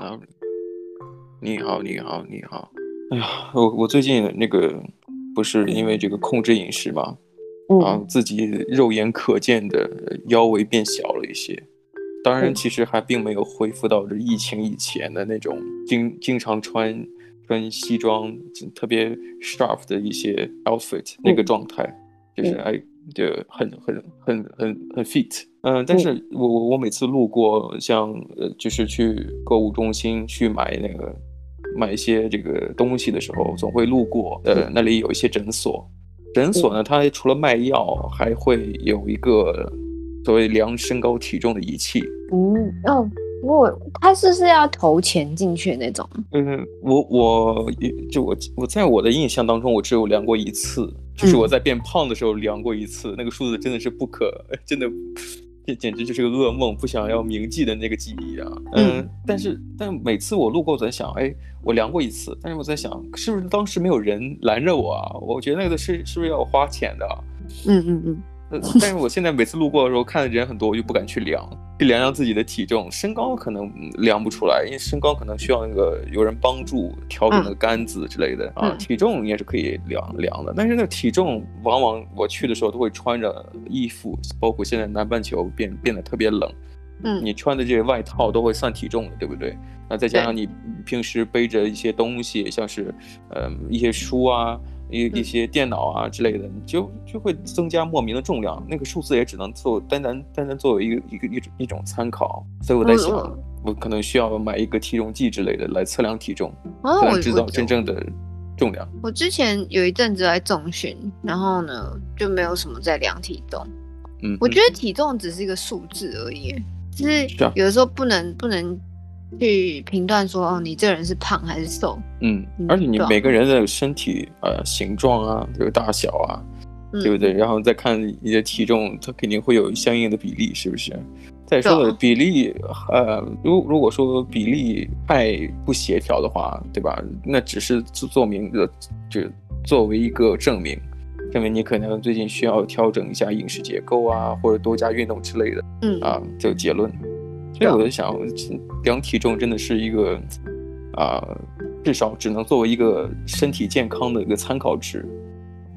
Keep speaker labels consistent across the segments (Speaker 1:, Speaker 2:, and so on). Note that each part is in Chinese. Speaker 1: 嗯你好，你好，你好。哎呀，我我最近那个不是因为这个控制饮食嘛，啊，
Speaker 2: 嗯
Speaker 1: 自己肉眼可见的呃腰围变小了一些。当然，
Speaker 2: 嗯
Speaker 1: 其实还并没有恢复到这疫情以前的那种经经常穿穿西装特别 sharp 的一些 outfit 那个状态，就是
Speaker 2: 嗯
Speaker 1: 哎，就很很很很很 fit。嗯，但是我我我每次路过像呃，就是去购物中心去买那个买一些这个东西的时候，总会路过呃
Speaker 2: 嗯
Speaker 1: 那里有一些诊所，诊所呢，它除了卖药，还会有一个所谓量身高体重的仪器。
Speaker 2: 嗯哦，我他是是要投钱进去的那种，
Speaker 1: 嗯，我我就我我在我的印象当中，我只有量过一次，就是我在变胖的时候量过一次，那个数字真的是不可，真的，这简直就是个噩梦，不想要铭记的那个记忆啊。嗯，但是但每次我路过，我在想，哎，我量过一次，但是我在想，是不是当时没有人拦着我啊？我觉得那个是是不是要花钱的啊？
Speaker 2: 嗯嗯嗯，
Speaker 1: 呃但是我现在每次路过的时候，看的人很多，我就不敢去量，去量量自己的体重，身高可能嗯量不出来，因为身高可能需要那个有人帮助调整那个杆子之类的、啊。
Speaker 2: 嗯
Speaker 1: 体重应该是可以量量的，但是那个体重往往我去的时候都会穿着衣服，包括现在南半球变变得特别冷，
Speaker 2: 嗯
Speaker 1: 你穿的这些外套都会算体重的，对不对？那再加上你平时背着一些东西，像是呃一些书啊、一
Speaker 2: 嗯
Speaker 1: 一些电脑啊之类的，你就就会增加莫名的重量。那个数字也只能做单单单单作为一个一个一种一种参考。所以我在想
Speaker 2: 嗯嗯，
Speaker 1: 我可能需要买一个体重计之类的来测量体重，
Speaker 2: 然后
Speaker 1: 才
Speaker 2: 哦我
Speaker 1: 能知道
Speaker 2: 我
Speaker 1: 真正的重量。
Speaker 2: 我之前有一阵子在重训，然后呢就没有什么在量体重，
Speaker 1: 嗯，
Speaker 2: 我觉得体重只是一个数字而已，就是
Speaker 1: 是啊
Speaker 2: 有的时候不能不能去评断说哦你这个人是胖还是瘦，
Speaker 1: 嗯，
Speaker 2: 嗯
Speaker 1: 而且你
Speaker 2: 对啊
Speaker 1: 每个人的身体呃形状啊，这个大小啊，
Speaker 2: 嗯
Speaker 1: 对不对？然后再看你的体重，它肯定会有相应的比例，是不是？再说了，
Speaker 2: 对啊
Speaker 1: 比例，呃，如如果说比例太不协调的话，对吧？那只是做做明的，就作为一个证明，证明你可能最近需要调整一下饮食结构啊，或者多加运动之类的。
Speaker 2: 嗯
Speaker 1: 啊，这个结论。所以
Speaker 2: 对啊
Speaker 1: 我在想，量体重真的是一个啊、至少只能作为一个身体健康的一个参考值。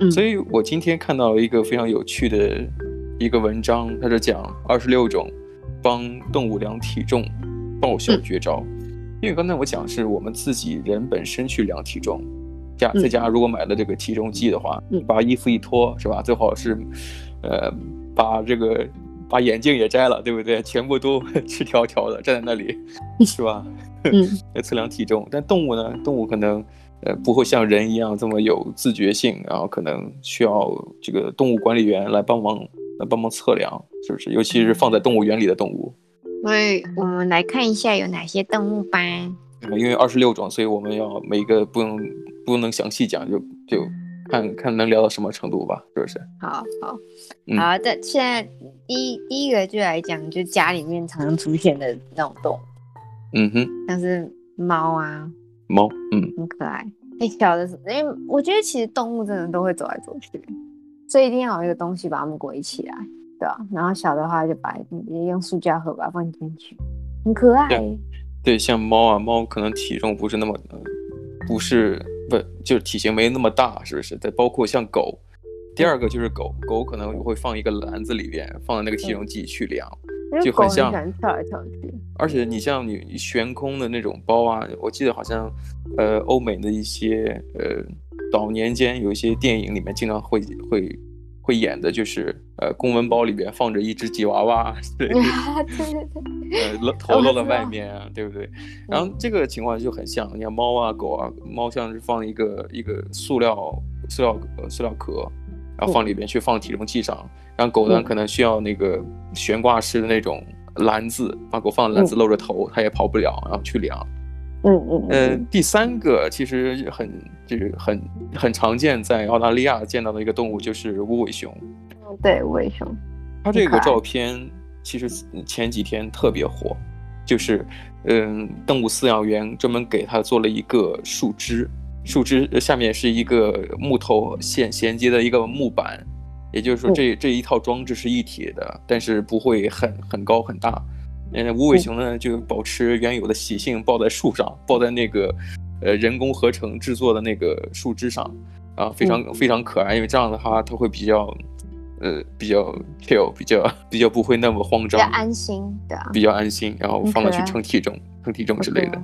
Speaker 2: 嗯
Speaker 1: 所以我今天看到了一个非常有趣的一个文章，它是讲二十六种帮动物量体重爆笑
Speaker 2: 嗯
Speaker 1: 绝招。因为刚才我讲是我们自己人本身去量体重，家
Speaker 2: 嗯
Speaker 1: 在家如果买了这个体重计的话，
Speaker 2: 嗯
Speaker 1: 把衣服一脱是吧？最好是，呃，把这个把眼镜也摘了，对不对？全部都 赤条条的站在那里，是吧？
Speaker 2: 嗯
Speaker 1: 来测量体重。但动物呢，动物可能呃不会像人一样这么有自觉性，然后可能需要这个动物管理员来帮忙来帮忙测量，是不是？尤其是放在动物园里的动物，
Speaker 2: 所以我们来看一下有哪些动物吧。
Speaker 1: 嗯因为二十六种，所以我们要每一个不能不能详细讲，就就看看能聊到什么程度吧，是不是？
Speaker 2: 好好
Speaker 1: 嗯
Speaker 2: 好的，现在第一第一个就来讲，就家里面常常出现的那种动物，
Speaker 1: 嗯哼，
Speaker 2: 像是猫啊，
Speaker 1: 猫，嗯
Speaker 2: 很可爱。哎、小的时候，因为我觉得其实动物真的都会走来走去，所以一定要有一个东西把它们围起来，对啊。然后小的话就把用塑胶盒把它放进去，很可爱。
Speaker 1: 对对，像猫啊，猫可能体重不是那么，呃不是不就是体型没那么大，是不是？再包括像狗，第二个就是狗，狗可能会放一个篮子里边，放在那个体重计去量，
Speaker 2: 因为
Speaker 1: 就
Speaker 2: 狗很
Speaker 1: 很
Speaker 2: 喜
Speaker 1: 像
Speaker 2: 欢跳来跳去，
Speaker 1: 而且你像你你悬空的那种包啊，我记得好像，呃，欧美的一些呃早年间有一些电影里面经常会会会演的，就是呃公文包里边放着一只吉娃娃，对，
Speaker 2: 对对对，
Speaker 1: 呃， 露头露在
Speaker 2: 知
Speaker 1: 外
Speaker 2: 道
Speaker 1: 面啊，对不对？然后这个情况就很像，你看猫啊、狗啊，猫像是放一个一个塑料塑料呃塑料壳，然后放里边去放体重计上，然后狗呢
Speaker 2: 嗯
Speaker 1: 可能需要那个悬挂式的那种篮子，把狗放在篮子露着头，它也跑不了，然后去量。
Speaker 2: 嗯嗯
Speaker 1: 呃，第三个其实很就是很很常见，在澳大利亚见到的一个动物就是无尾熊，
Speaker 2: 嗯，对，无尾熊，
Speaker 1: 他这
Speaker 2: 很可
Speaker 1: 个
Speaker 2: 爱
Speaker 1: 照片其实前几天特别火，就是嗯，动物饲养员专门给它做了一个树枝，树枝呃下面是一个木头线衔接的一个木板，也就是说
Speaker 2: 嗯
Speaker 1: 这这一套装置是一体的，但是不会很很高很大。嗯，无尾熊呢就保持原有的习性，抱在树上，抱在那个呃人工合成制作的那个树枝上啊，非
Speaker 2: 嗯
Speaker 1: 常非常可爱，因为这样的话它会比较呃比较 chill，比较比较不会那么慌
Speaker 2: 比
Speaker 1: 张
Speaker 2: 较，安心，对啊，
Speaker 1: 比较安心，然后
Speaker 2: 很
Speaker 1: 放
Speaker 2: 可
Speaker 1: 它去
Speaker 2: 爱
Speaker 1: 称体重、称体重之类的。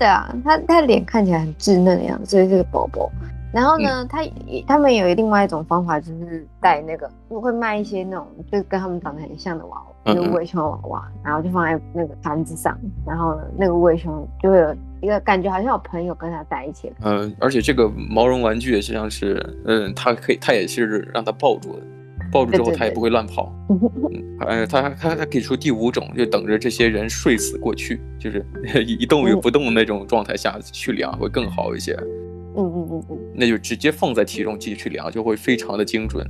Speaker 2: 对啊，他他脸看起来很稚嫩的样子，所以是个宝宝。然后
Speaker 1: 嗯
Speaker 2: 呢，他也他们有另外一种方法，就是带那个会卖一些那种就是跟他们长得很像的娃娃，
Speaker 1: 嗯嗯
Speaker 2: 就是无尾熊的娃娃，然后就放在那个盘子上，然后呢，那个无尾熊就会有一个感觉，好像有朋友跟他在一起，
Speaker 1: 嗯、而且这个毛绒玩具也就像是，嗯，它可以，它也是让它抱住的，抱住之后
Speaker 2: 对对
Speaker 1: 它也
Speaker 2: 对
Speaker 1: 不会 乱跑。嗯，呃，它它它给出第五种，就等着这些人睡死过去，就是 一一动也不动那种状态下去量会更好一些。
Speaker 2: 嗯嗯嗯嗯，
Speaker 1: 那就直接放在体重机去量，就会非常的精准，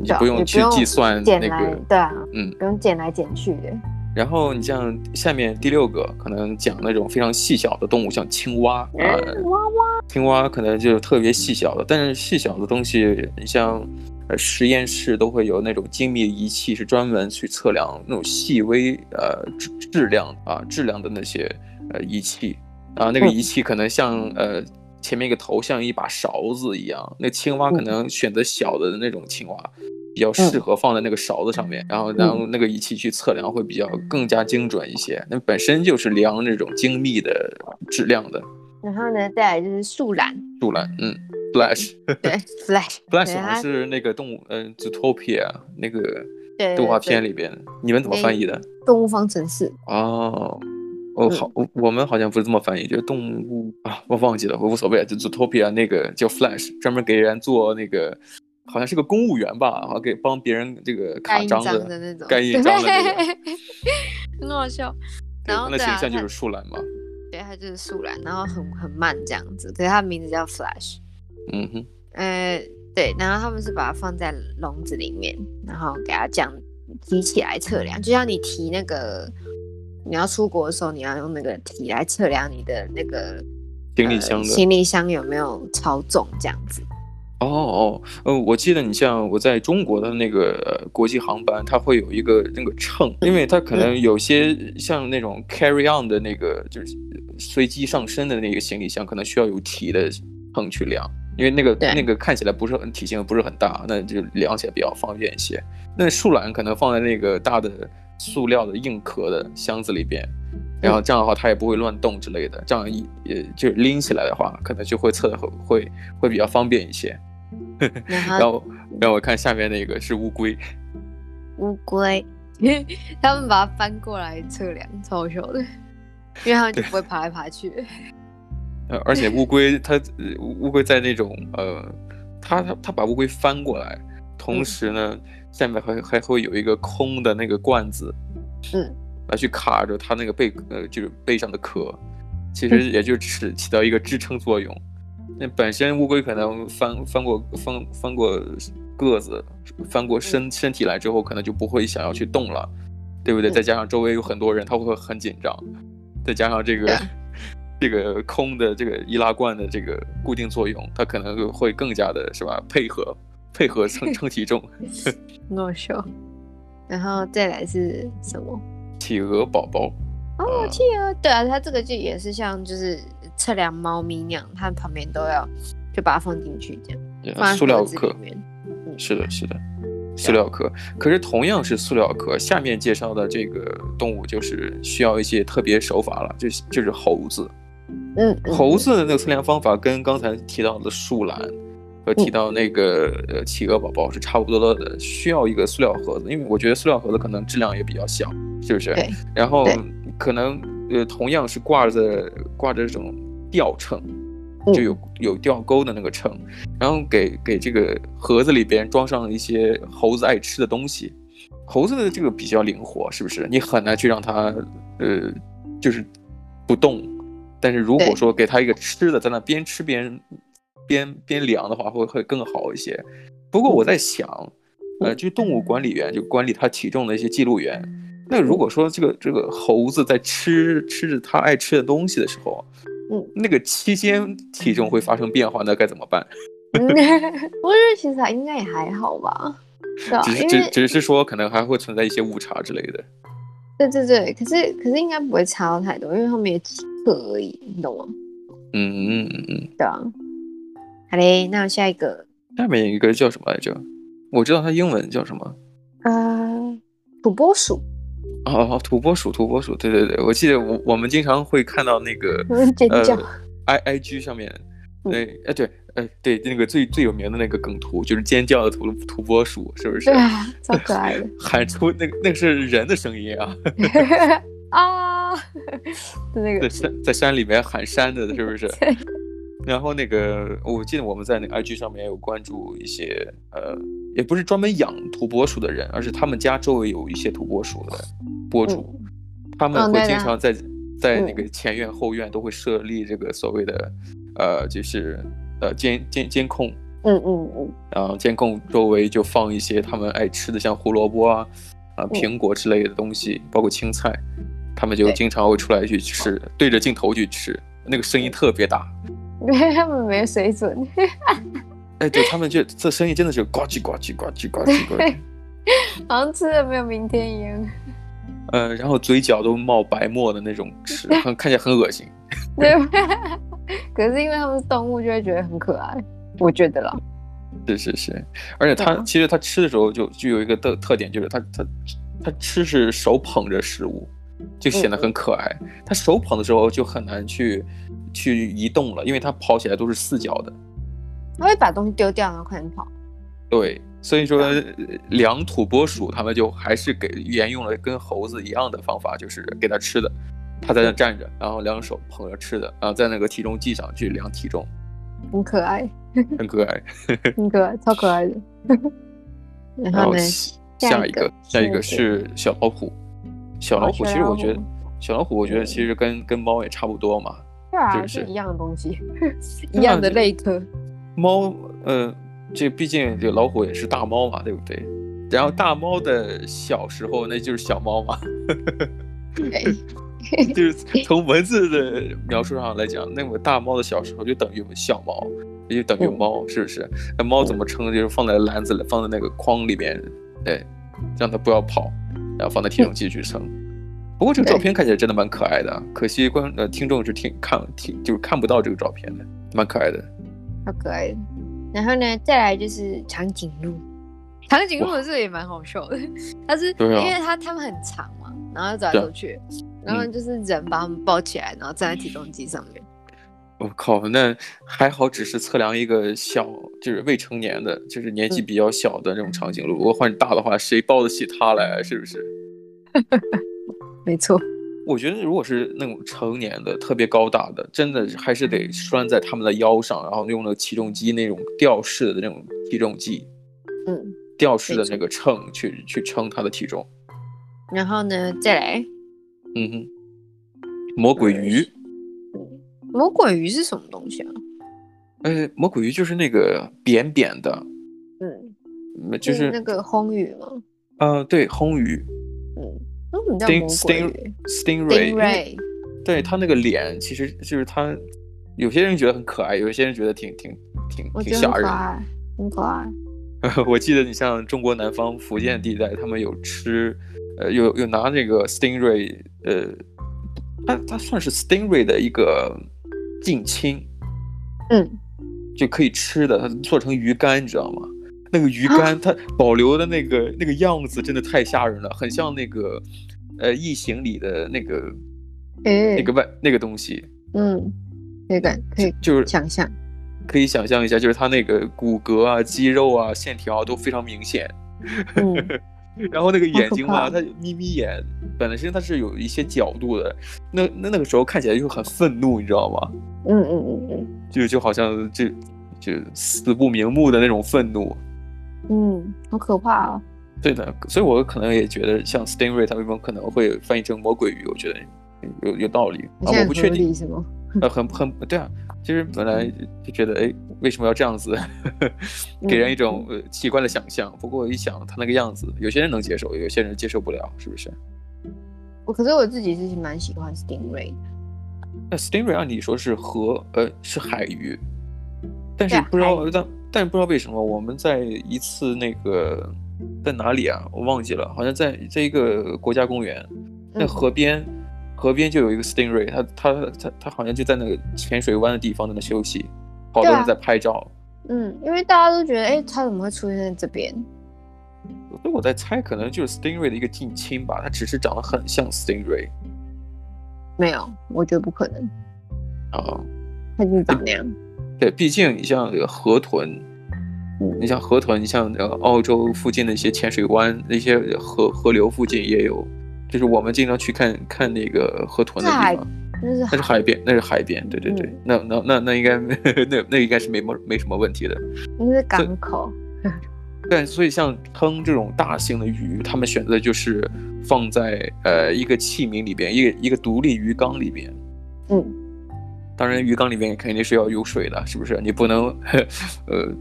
Speaker 1: 你
Speaker 2: 对
Speaker 1: 就
Speaker 2: 啊
Speaker 1: 不
Speaker 2: 也
Speaker 1: 用
Speaker 2: 不
Speaker 1: 去
Speaker 2: 用
Speaker 1: 计算
Speaker 2: 捡
Speaker 1: 那
Speaker 2: 来
Speaker 1: 个。
Speaker 2: 对啊，
Speaker 1: 嗯，
Speaker 2: 不用捡来捡去的，
Speaker 1: 然后你像下面第六个，可能讲那种非常细小的动物，像青蛙啊、
Speaker 2: 嗯哇哇，
Speaker 1: 青蛙可能就是特别细小的，但是细小的东西，你像呃实验室都会有那种精密仪器，是专门去测量那种细微呃质质量啊质量的那些呃仪器啊，那个
Speaker 2: 嗯
Speaker 1: 仪器可能像呃前面一个头像一把勺子一样，那青蛙可能选择小的那种青蛙。比较适合放在那个勺子上面，然后然后那个仪器去测量会比较更加精准一些。那本身就是量那种精密的质量的
Speaker 2: 然后呢，再来就是树懒，
Speaker 1: 树懒，嗯，flash
Speaker 2: 对，flash
Speaker 1: Flash
Speaker 2: 对
Speaker 1: 好像
Speaker 2: 它
Speaker 1: 是那个动物，嗯、z o o t o p i a 那个
Speaker 2: 对
Speaker 1: 动画
Speaker 2: 对对
Speaker 1: 片里边，你们怎么翻译的？
Speaker 2: 动物方程式，
Speaker 1: 哦，哦，
Speaker 2: 嗯
Speaker 1: 好，我我们好像不是这么翻译，就是动物啊，我忘记了，我无所谓，就 Zootopia 那个叫 Flash，专门给人做那个，好像是个公务员吧，好像给帮别人这个卡
Speaker 2: 盖印
Speaker 1: 章
Speaker 2: 章的那种，
Speaker 1: 盖印章的 那个，
Speaker 2: 很好笑。
Speaker 1: 对，
Speaker 2: 然后
Speaker 1: 那
Speaker 2: 对
Speaker 1: 形
Speaker 2: 啊
Speaker 1: 象就
Speaker 2: 它
Speaker 1: 是树懒嘛，
Speaker 2: 对，它就是素兰，然后很很慢这样子。可是它名字叫 Flash，
Speaker 1: 嗯哼，
Speaker 2: 呃，对，然后他们是把它放在笼子里面，然后给它这样提起来测量，就像你提那个你要出国的时候，你要用那个提来测量你的那个
Speaker 1: 行李
Speaker 2: 呃
Speaker 1: 箱的，
Speaker 2: 行李箱有没有超重这样 子。
Speaker 1: 哦哦，呃，我记得你像我在中国的那个、呃国际航班，它会有一个那个秤，因为它可能有些像那种 carry on 的那个，就是随机上升的那个行李箱，可能需要有提的秤去量，因为那个
Speaker 2: 对
Speaker 1: 那个看起来不是很体型不是很大，那就量起来比较方便一些。那树懒可能放在那个大的塑料的硬壳的箱子里边，然后这样的话它也不会乱动之类的，这样一呃就是拎起来的话，可能就会测得会会会比较方便一些。
Speaker 2: 然后
Speaker 1: 让我让我看下面那个是乌龟，
Speaker 2: 乌龟， 他们把它翻过来测量，超好笑的，因为他们就不会爬来爬去。
Speaker 1: 呃，而且乌龟它呃乌龟在那种呃，它它它把乌龟翻过来，同
Speaker 2: 嗯
Speaker 1: 时呢，下面还还会有一个空的那个罐子，
Speaker 2: 嗯，
Speaker 1: 来去卡着它那个背呃就是背上的壳，其
Speaker 2: 嗯
Speaker 1: 实也就只起到一个支撑作用。那本身乌龟可能翻翻过翻翻过个子，翻过
Speaker 2: 嗯
Speaker 1: 身身体来之后，可能就不会想要去动了，对不对？
Speaker 2: 嗯
Speaker 1: 再加上周围有很多人，它会很紧张，再加上这
Speaker 2: 对
Speaker 1: 个这个空的这个易拉罐的这个固定作用，它可能会更加的是吧配合配合称称体重。
Speaker 2: 很好笑。然后再来是什么？
Speaker 1: 企鹅宝宝，
Speaker 2: 哦，
Speaker 1: 嗯
Speaker 2: 企鹅。对啊，它这个就也是像就是测量猫咪那样，它旁边都要就把它放进去这样，
Speaker 1: 对
Speaker 2: 放在
Speaker 1: 塑料
Speaker 2: 盒子里
Speaker 1: 壳，
Speaker 2: 面。
Speaker 1: 是的，是的，塑料壳。可是同样是塑料壳，下面介绍的这个动物就是需要一些特别手法了，就是就是猴子。
Speaker 2: 嗯，嗯
Speaker 1: 猴子的那个测量方法跟刚才提到的树懒和提到那个呃企鹅宝宝是差不多的，需要一个塑料盒子，因为我觉得塑料盒子可能质量也比较小，是不是？
Speaker 2: 对。
Speaker 1: 然后
Speaker 2: 对
Speaker 1: 可能呃同样是挂着挂着这种吊秤，
Speaker 2: 嗯
Speaker 1: 就有有吊钩的那个秤，然后给给这个盒子里边装上一些猴子爱吃的东西。猴子的这个比较灵活，是不是？你很难去让它呃就是不动。但是如果
Speaker 2: 对
Speaker 1: 说给它一个吃的，在那边吃边边边量的话，会会更好一些。不
Speaker 2: 嗯
Speaker 1: 过我在想，呃，这动物管理员就管理它体重的一些记录员，
Speaker 2: 嗯
Speaker 1: 那如果说这个这个猴子在吃吃着它爱吃的东西的时候，
Speaker 2: 嗯，
Speaker 1: 那个期间体重会发生变化，那该怎么办？
Speaker 2: 嗯我觉得其实还应该也还好吧。对啊，
Speaker 1: 只是
Speaker 2: 因
Speaker 1: 只
Speaker 2: 为
Speaker 1: 只是说可能还会存在一些误差之类的。
Speaker 2: 对对对，可是可是应该不会差到太多，因为后面有几克而已，你懂吗？
Speaker 1: 嗯嗯嗯嗯。
Speaker 2: 对啊。好嘞，那下一个
Speaker 1: 下面一个叫什么来着？我知道它英文叫什么。
Speaker 2: 呃，土拨 鼠，
Speaker 1: 哦哦，哦土拨鼠，土拨鼠，对对对，我记得我我们经常会看到那个
Speaker 2: 尖
Speaker 1: 呃
Speaker 2: 叫。
Speaker 1: i i g 上面，
Speaker 2: 嗯
Speaker 1: 哎哎对哎对那个最最有名的那个梗图就是尖叫的土土拨鼠，是不是
Speaker 2: 对？啊，超可爱的
Speaker 1: 喊出那个那个是人的声音啊，
Speaker 2: 啊，就那
Speaker 1: 在
Speaker 2: 个
Speaker 1: 山在山里面喊山的，是不是？然后那个，我记得我们在那个 IG 上面有关注一些，呃，也不是专门养土拨鼠的人，而是他们家周围有一些土拨鼠的博主，他们
Speaker 2: 嗯
Speaker 1: 会
Speaker 2: 对
Speaker 1: 经
Speaker 2: 的
Speaker 1: 常在、在那
Speaker 2: 嗯
Speaker 1: 个前院后院都会设立这个所谓的，呃，就是呃监监监控，
Speaker 2: 嗯嗯嗯，
Speaker 1: 然后监控周围就放一些他们爱吃的，像胡萝卜啊、啊苹果之类的东西，包括青菜，他们就
Speaker 2: 对
Speaker 1: 经常会出来去吃，对着镜头去吃，那个声音特别大。
Speaker 2: 因为嗯 他们没有水准。
Speaker 1: 哎，对他们就这声音真的是呱唧呱唧呱唧呱唧呱唧，
Speaker 2: 好像吃了没有明天一样。
Speaker 1: 呃，然后嘴角都冒白沫的那种吃，很看起来很恶心。
Speaker 2: 对吧？可是因为他们是动物，就会觉得很可爱，我觉得啦。
Speaker 1: 是是是，而且它
Speaker 2: 对啊
Speaker 1: 其实它吃的时候就就有一个特特点，就是它它它吃是手捧着食物，就显得
Speaker 2: 嗯
Speaker 1: 很可爱。它手捧的时候就很难去去移动了，因为它跑起来都是四脚的。
Speaker 2: 它会把东西丢掉，然后快点跑。
Speaker 1: 对，所以说
Speaker 2: 啊
Speaker 1: 两土拨鼠他们就还是给沿用了跟猴子一样的方法，就是给它吃的，它在那站着，然后两手捧着吃的，然后在那个体重计上去量体重，
Speaker 2: 很可 爱，
Speaker 1: 很可爱。
Speaker 2: 很可爱，超可爱的。
Speaker 1: 哦
Speaker 2: 然
Speaker 1: 然
Speaker 2: 后
Speaker 1: 后
Speaker 2: 呢？
Speaker 1: 下
Speaker 2: 一
Speaker 1: 个
Speaker 2: 个，
Speaker 1: 下一个
Speaker 2: 是
Speaker 1: 是小老虎。小
Speaker 2: 哦
Speaker 1: 老虎
Speaker 2: 小
Speaker 1: 其实
Speaker 2: 老
Speaker 1: 我觉得
Speaker 2: 虎，
Speaker 1: 小老虎我觉得其实跟跟猫也差不多嘛。
Speaker 2: 对啊，
Speaker 1: 就是
Speaker 2: 是一样的东西，
Speaker 1: 对啊
Speaker 2: 一样的类 科。
Speaker 1: 猫，呃，这毕竟这个老虎也是大猫嘛，对不对？然后大猫的小时候那就是小猫嘛，
Speaker 2: 对，
Speaker 1: 就是从文字的描述上来讲，那么大猫的小时候就等于小猫，也就等于
Speaker 2: 嗯
Speaker 1: 猫，是不是？那猫怎么称？就是放在篮子里，放在那个筐里面，对，让它不要跑，然后放在体重计去称。不过这个照
Speaker 2: 嗯对
Speaker 1: 片看起来真的蛮可爱的啊，可惜观呃听众是听看听就是看不到这个照片的，蛮可爱的。
Speaker 2: 超可爱的。然后呢，再来就是长颈鹿，长颈鹿的这个也蛮好笑的， 它是、
Speaker 1: 对啊
Speaker 2: 因为它它们很长嘛，然后走来
Speaker 1: 对啊
Speaker 2: 走去，然后就是人把它们抱起来，然后站在体重机上 面。
Speaker 1: 我、靠，那还好，只是测量一个小，就是未成年的，就是
Speaker 2: 嗯
Speaker 1: 年纪比较小的那种长颈鹿。如果换大的话，谁抱得起它来？啊是不是？
Speaker 2: 没错，
Speaker 1: 我觉得如果是那种成年的、特别高大的，真的还是
Speaker 2: 嗯
Speaker 1: 得拴在他们的腰上，然后用那个起重机那种吊式的那种体重计，
Speaker 2: 嗯。
Speaker 1: 吊式的
Speaker 2: 没错
Speaker 1: 那个秤去去称它的体重。
Speaker 2: 然后呢，再来
Speaker 1: 嗯哼，魔鬼鱼，
Speaker 2: 嗯魔鬼鱼是什么东西啊？
Speaker 1: 哎，魔鬼鱼就是那个扁扁的，
Speaker 2: 嗯，
Speaker 1: 嗯就是
Speaker 2: 那个红鱼吗？
Speaker 1: 呃，对，红鱼
Speaker 2: 嗯，那什么叫
Speaker 1: Sting-
Speaker 2: 魔鬼
Speaker 1: sting-
Speaker 2: 鱼？
Speaker 1: stingray，
Speaker 2: 丁
Speaker 1: 因为
Speaker 2: 瑞，
Speaker 1: 对他那个脸，其实就是他，有些人觉得很可爱，有些人觉得挺挺挺
Speaker 2: 我
Speaker 1: 挺
Speaker 2: 觉得
Speaker 1: 吓
Speaker 2: 很可
Speaker 1: 人。
Speaker 2: 爱，很可爱。
Speaker 1: 我记得你像中国南方福建地带，他们有吃，呃，有有拿这个 stingray，呃，它它算是 stingray 的一个近亲，
Speaker 2: 嗯，
Speaker 1: 就可以吃的，它做成鱼干，你知道吗？那个鱼干它保留的那个那个样子真的太吓人了，很像那个，呃，异形里的那个
Speaker 2: 诶、
Speaker 1: 那个外那个东西，
Speaker 2: 嗯，可以感可以
Speaker 1: 就是
Speaker 2: 想 象，
Speaker 1: 可以想象一下，就是它那个骨骼啊、肌肉啊、线条都非常明显，
Speaker 2: 嗯，
Speaker 1: 然后那个眼睛嘛，
Speaker 2: 好可怕
Speaker 1: 它眯眯眼，本来身它是有一些角度的，那那那个时候看起来就很愤怒，你知道吗？
Speaker 2: 嗯嗯嗯嗯。
Speaker 1: 就就好像这就死不瞑目的那种愤怒。
Speaker 2: 嗯，好可怕哦！
Speaker 1: 对的，所以我可能也觉得像 Stingray 他们可能会翻译成魔鬼鱼，我觉得有有道理
Speaker 2: 你
Speaker 1: 啊，
Speaker 2: 现
Speaker 1: 我
Speaker 2: 在
Speaker 1: 不
Speaker 2: 很
Speaker 1: 确
Speaker 2: 合
Speaker 1: 定
Speaker 2: 理，是吗？
Speaker 1: 呃，很很对啊。其实本来就觉得，哎，为什么要这样子，
Speaker 2: 嗯
Speaker 1: 给人一种呃奇怪的想象。不过一想他那个样子，有些人能接受，有些人接受不了，是不是？
Speaker 2: 我可是我自己是蛮喜欢 stingray
Speaker 1: 哎
Speaker 2: 的，
Speaker 1: 那呃 stingray 按理说是河，呃，是海鱼，但是
Speaker 2: 对啊
Speaker 1: 不知
Speaker 2: 海
Speaker 1: 道，但但是不知道为什么，我们在一次那个在哪里啊，我忘记了，好像在在一个国家公园，
Speaker 2: 嗯
Speaker 1: 那河边，河边就有一个 stingray，它它它它好像就在那个浅水湾的地方在那休息，好多
Speaker 2: 对啊
Speaker 1: 人在拍照。
Speaker 2: 嗯，因为大家都觉得，哎、它怎么会出现在这边？
Speaker 1: 所以我在猜，可能就是 stingray 的一个近亲吧，它只是长得很像 stingray
Speaker 2: 没有，我觉得不可能，
Speaker 1: 啊。
Speaker 2: 它就是长那样。
Speaker 1: 对，毕竟你像这个河豚，你像河豚，你像这个澳洲附近的一些浅水湾、那些河河流附近也有，就是我们经常去看看那个河豚的
Speaker 2: 在
Speaker 1: 地方，
Speaker 2: 就是
Speaker 1: 那是海边，那是海边，对对对，
Speaker 2: 嗯
Speaker 1: 那那那那应该 那那应该是没没没什么问题的。
Speaker 2: 就是港口，
Speaker 1: 但所以像坑这种大型的鱼，他们选择的就是放在呃一个器皿里边，一个一个独立鱼缸里边。
Speaker 2: 嗯，
Speaker 1: 当然，鱼缸里面肯定是要有水的，是不是？你不能，呃，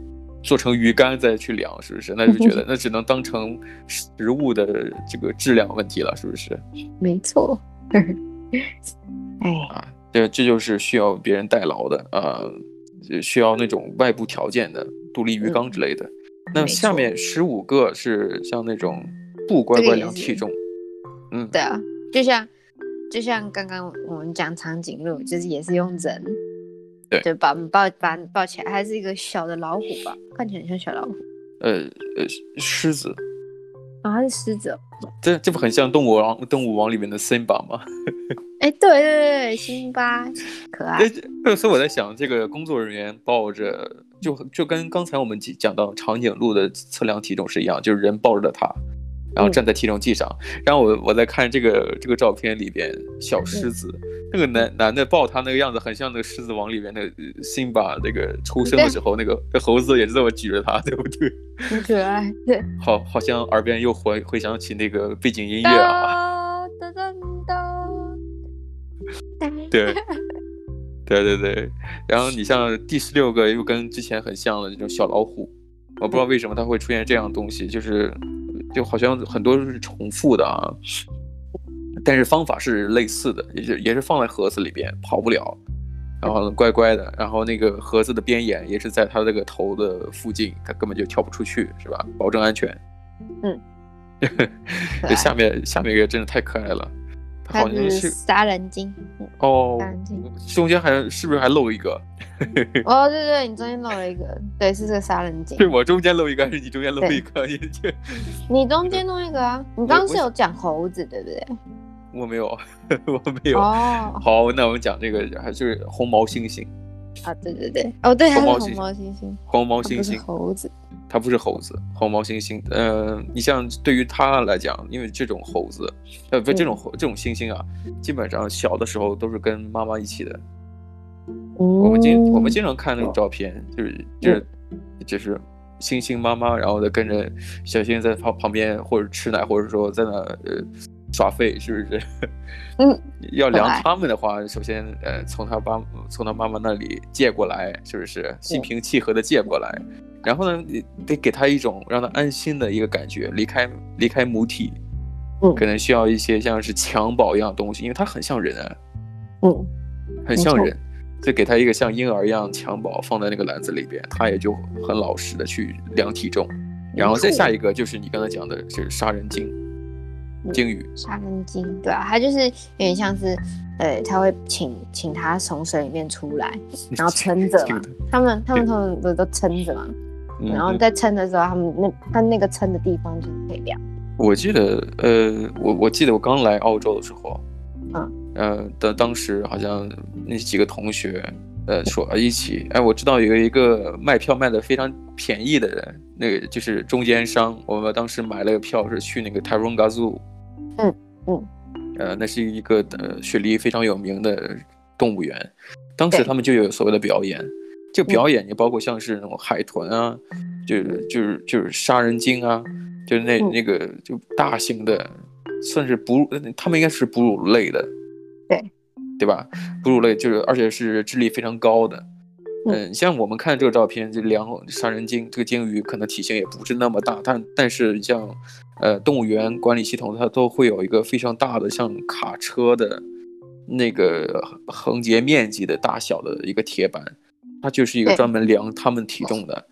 Speaker 1: 做成鱼干再去量，是不是？那就 觉得那只能当成食物的这个质量问题了，是不是？
Speaker 2: 没 错。哎，
Speaker 1: 啊，这这就是需要别人代劳的啊，呃需要那种外部条件的独立鱼缸之类的。
Speaker 2: 嗯
Speaker 1: 那
Speaker 2: 没错
Speaker 1: 下面十五个是像那种不乖
Speaker 2: 这
Speaker 1: 乖
Speaker 2: 个也
Speaker 1: 量
Speaker 2: 是
Speaker 1: 体重，嗯，
Speaker 2: 对啊，就像就像刚刚我们讲长颈鹿，就是也是用人，
Speaker 1: 对
Speaker 2: 就把我们抱把抱起来，它是一个小的老虎吧，看起来很像小老虎，
Speaker 1: 呃呃，狮子，
Speaker 2: 然后它是狮子哦、
Speaker 1: 这这不很像动物王动物王里面的森巴吗？
Speaker 2: 哎，对对对对，辛巴可爱，
Speaker 1: 哎对，所以我在想，这个工作人员抱着，就就跟刚才我们讲到长颈鹿的测量体重是一样，就是人抱着它，然
Speaker 2: 嗯
Speaker 1: 后站在体重计上。然后我我在看这个这个照片里边，小狮子、那个男男的抱他那个样子，很像那个《狮子王》里面的呃辛巴那个出生的时候，那个那猴子也是这么举着他，对不对？
Speaker 2: 很可爱，对。
Speaker 1: 好，好像耳边又回回想起那个背景音乐啊。
Speaker 2: 哒哒哒哒。
Speaker 1: 对，对对对。然后你像第十六个又跟之前很像的那种小老虎，我不知道为什么它会出现这样的东西，就是就好像很多都是重复的啊，但是方法是类似的，也是也是放在盒子里边跑不了，然后乖乖的，然后那个盒子的边沿也是在它这个头的附近，它根本就跳不出去，是吧？保证安全。
Speaker 2: 嗯可
Speaker 1: 这
Speaker 2: 爱
Speaker 1: 下面下面一个真的太可爱了，它
Speaker 2: 它
Speaker 1: 好像
Speaker 2: 是
Speaker 1: 是
Speaker 2: 杀人 鲸，嗯
Speaker 1: 哦
Speaker 2: 杀，人鲸。
Speaker 1: 中间还是不是还漏一个？
Speaker 2: 哦，对对，你中间漏了一个，对，是这个杀 人鲸
Speaker 1: 是。我中间漏一个，还是你中间漏一个？也就
Speaker 2: 你中间弄一个啊，你刚刚是
Speaker 1: 我
Speaker 2: 有讲猴子，对不对？
Speaker 1: 我没有， 我没有。
Speaker 2: 哦，
Speaker 1: 好，那我们讲这个，还是红毛猩猩。
Speaker 2: 啊，对对对，哦，对，它是
Speaker 1: 红毛
Speaker 2: 红
Speaker 1: 猩
Speaker 2: 毛猩猩，
Speaker 1: 红毛
Speaker 2: 它
Speaker 1: 猩
Speaker 2: 不是
Speaker 1: 猩，
Speaker 2: 猴子。
Speaker 1: 它不是猴子，红毛猩猩。呃，你像对于它来讲，因为这种猴子，呃，不，
Speaker 2: 嗯
Speaker 1: 这种猴，这种猩猩啊，基本上小的时候都是跟妈妈一起的。
Speaker 2: 我
Speaker 1: 我
Speaker 2: 哦
Speaker 1: 们经我们经常看那种照片，就是就是就是星星妈妈，然后再跟着小星在旁旁边，或者吃奶，或者说在那呃耍废，是不是？
Speaker 2: 嗯，
Speaker 1: 要
Speaker 2: 可
Speaker 1: 量
Speaker 2: 爱
Speaker 1: 他们的话，首先呃从他爸从他妈妈那里借过来，是不是心平气和的借过来？然后呢，你得给他一种让他安心的一个感觉，离开离开母体，
Speaker 2: 嗯
Speaker 1: 可能需要一些像是襁褓一样的东西，因为它很像人啊，
Speaker 2: 嗯，
Speaker 1: 很像
Speaker 2: 没错
Speaker 1: 人，就给他一个像婴儿一样襁褓放在那个篮子里边，他也就很老实的去量体重。然后再下一个就是你刚才讲的，就是杀人鲸，
Speaker 2: 嗯
Speaker 1: 鲸鱼。
Speaker 2: 杀人鲸，对啊，它就是有点像是，呃，它会请请它从水里面出来，然后撑着嘛，他们他们通
Speaker 1: 对
Speaker 2: 常不是都撑着嘛，
Speaker 1: 嗯
Speaker 2: 然后在撑的时候，他们那他那个撑的地方就是可以晾。
Speaker 1: 我记得，呃，我我记得我刚来澳洲的时候，
Speaker 2: 嗯，
Speaker 1: 呃，当当时好像那几个同学，呃，说一起，哎，我知道有一个卖票卖的非常便宜的人，那个就是中间商，我们当时买了个票是去那个 Taronga Zoo，
Speaker 2: 嗯嗯，
Speaker 1: 呃，那是一个呃雪梨非常有名的动物园，当时
Speaker 2: 对嗯
Speaker 1: 他们就有所谓的表演，这个表演也包括像是那种海豚啊，就是就是就是杀人鲸啊，就是那、
Speaker 2: 嗯
Speaker 1: 那个就大型的，算是哺乳，呃他们应该是哺乳类的，
Speaker 2: 对，
Speaker 1: 对吧？哺乳类就是而且是智力非常高的。
Speaker 2: 嗯
Speaker 1: 嗯，像我们看这个照片，就两杀人鲸这个鲸鱼可能体型也不是那么大，但但是像，呃，动物园管理系统它都会有一个非常大的像卡车的，那个横截面积的大小的一个铁板，它就是一个
Speaker 2: 对
Speaker 1: 专门量它们体重的。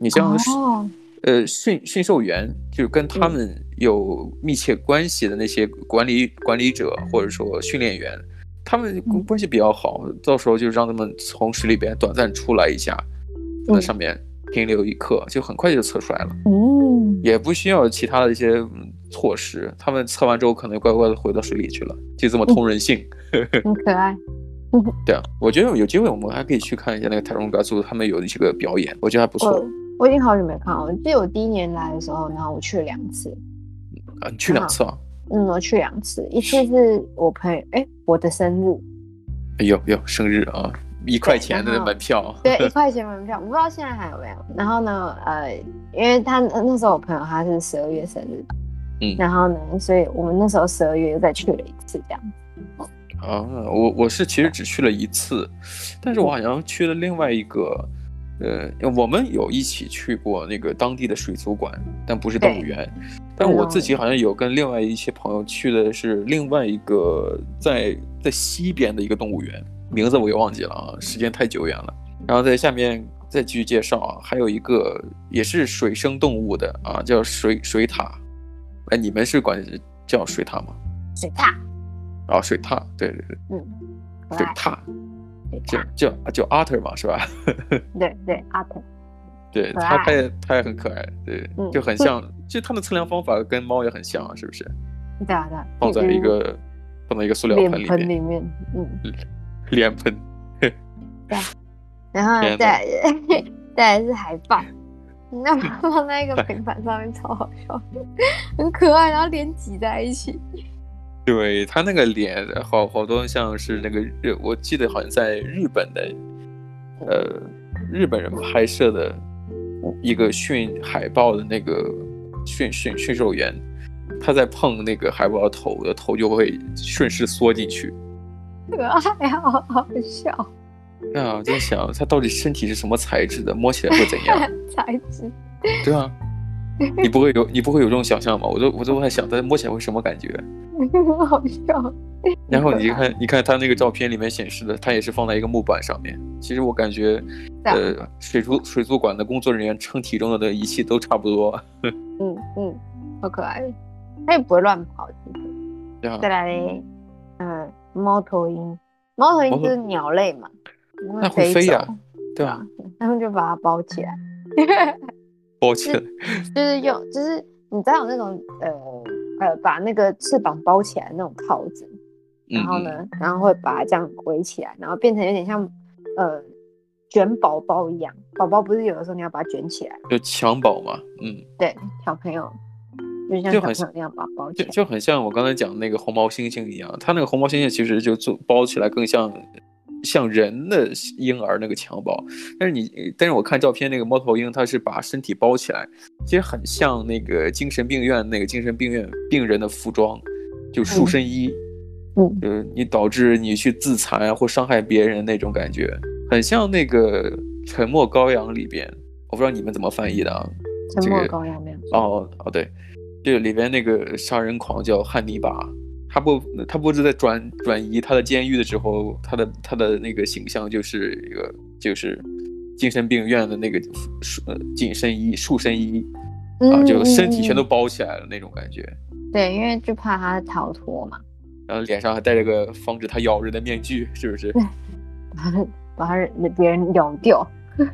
Speaker 1: 你像是
Speaker 2: 哦，
Speaker 1: 呃驯驯兽员，就是跟他
Speaker 2: 嗯
Speaker 1: 们有密切关系的那些管理管理者或者说训练员，他们
Speaker 2: 嗯
Speaker 1: 关系比较好，到时候就让他们从水里边短暂出来一下，在那
Speaker 2: 嗯
Speaker 1: 上面停留一刻，就很快就测出来了。
Speaker 2: 嗯，
Speaker 1: 也不需要其他的一些嗯措施，他们测完之后可能乖乖的回到水里去了，就这么
Speaker 2: 嗯
Speaker 1: 通人性。
Speaker 2: 很可爱。
Speaker 1: 对啊，我觉得有机会我们还可以去看一下那个台中嘎族他们有的这个表演，我觉得还不错。
Speaker 2: 我我已经好久没看了，我记得我第一年来的时候，然后我去了两次。
Speaker 1: 啊，你去两次啊？
Speaker 2: 嗯，我去两次，一次是我朋友，哎、我的生日，
Speaker 1: 哎呦呦，生日啊，一块钱的
Speaker 2: 然后
Speaker 1: 门票。
Speaker 2: 对，一块钱门票，我不知道现在还有没有。然后呢，呃，因为他那时候我朋友他是十二月生日，
Speaker 1: 嗯
Speaker 2: 然后呢，所以我们那时候十二月又再去了一次，这样。
Speaker 1: 啊，我我是其实只去了一次，但是我好像去了另外一个，呃，我们有一起去过那个当地的水族馆，但不是动物园。但我自己好像有跟另外一些朋友去的是另外一个在在西边的一个动物园，名字我也忘记了啊，时间太久远了。然后在下面再继续介绍啊，还有一个也是水生动物的啊，叫水水獭。哎，你们是管叫水獭吗？
Speaker 2: 水獭，
Speaker 1: 啊，水獭，对对对，
Speaker 2: 可
Speaker 1: 水
Speaker 2: 爱，
Speaker 1: 獭。
Speaker 2: 水
Speaker 1: 叫
Speaker 2: 獭，
Speaker 1: 叫叫 Arthur 嘛，是吧？
Speaker 2: 对对，阿腾，
Speaker 1: 对，
Speaker 2: 可
Speaker 1: 它
Speaker 2: 爱
Speaker 1: 它也它也很可爱，对，
Speaker 2: 嗯
Speaker 1: 就很像，就它的测量方法跟猫也很像啊，是不是？
Speaker 2: 对啊对啊，
Speaker 1: 放在
Speaker 2: 就是
Speaker 1: 一个放在一个塑料
Speaker 2: 脸
Speaker 1: 盆里
Speaker 2: 盆
Speaker 1: 面，
Speaker 2: 里面，嗯。
Speaker 1: 脸盆
Speaker 2: 然后
Speaker 1: 天哪
Speaker 2: 再来 再来是海豹，你知道 吗？放在一个平板上面超好笑，很可爱，然后脸挤在一起。
Speaker 1: 对它那个脸，好好多像是那个日，我记得好像在日本的，呃，日本人拍摄的一个训海豹的那个驯驯驯兽员，他在碰那个海豹的头，的头就会顺势缩进去。
Speaker 2: 可爱，好好笑，
Speaker 1: 啊，我在想它到底身体是什么材质的，摸起来会怎 样？
Speaker 2: 才知
Speaker 1: 对啊，你不会有你不会有这种想象吗？我都我都在想它摸起来会什么感觉。
Speaker 2: 很好笑。
Speaker 1: 然后你看你看它那个照片里面显示的，它也是放在一个木板上面。其实我感觉，
Speaker 2: 对
Speaker 1: 呃，水族水族馆的工作人员称体重的那个仪器都差不多。
Speaker 2: 嗯嗯，好可爱，它也不会乱跑。其实
Speaker 1: 对啊
Speaker 2: 再，来嘞，嗯，猫头鹰，猫头鹰就是鸟类嘛，
Speaker 1: 那会飞呀、
Speaker 2: 走
Speaker 1: 对啊，
Speaker 2: 然后就把它包起来，
Speaker 1: 抱歉，
Speaker 2: 就是用，就是你知道有那种呃呃，把那个翅膀包起来的那种套子，然后
Speaker 1: 嗯，嗯
Speaker 2: 呢，然后会把它这样围起来，然后变成有点像呃卷宝宝一样。宝宝不是有的时候你要把它卷起来，
Speaker 1: 就襁褓嘛，嗯，
Speaker 2: 对，小朋友就像
Speaker 1: 就
Speaker 2: 小
Speaker 1: 很
Speaker 2: 朋友那样把它包起
Speaker 1: 就
Speaker 2: 来。
Speaker 1: 就很像我刚才讲的那个红毛猩猩一样，它那个红毛猩猩其实就做包起来更像像人的婴儿那个襁褓，但是你但是我看照片那个猫头鹰，它是把身体包起来，其实很像那个精神病院那个精神病院病人的服装，就束身衣，
Speaker 2: 嗯
Speaker 1: 呃，你导致你去自残啊或伤害别人那种感觉，很像那个《沉默羔羊》里边，我不知道你们怎么翻译的啊，
Speaker 2: 沉
Speaker 1: 这
Speaker 2: 默
Speaker 1: 个
Speaker 2: 羔羊没有？
Speaker 1: 哦哦对，这里边那个杀人狂叫汉尼拔，他不他不是在转转移他的监狱的时候，他的他的那个形象就是一个就是精神病院的那个束呃紧身衣束身衣啊，就身体全都
Speaker 2: 嗯
Speaker 1: 包起来了那种感觉，
Speaker 2: 嗯嗯对，因为就怕它逃脱嘛，
Speaker 1: 然后脸上还戴着个防止他咬人的面具，是不
Speaker 2: 嗯
Speaker 1: 是？
Speaker 2: 把它把它人别人咬掉。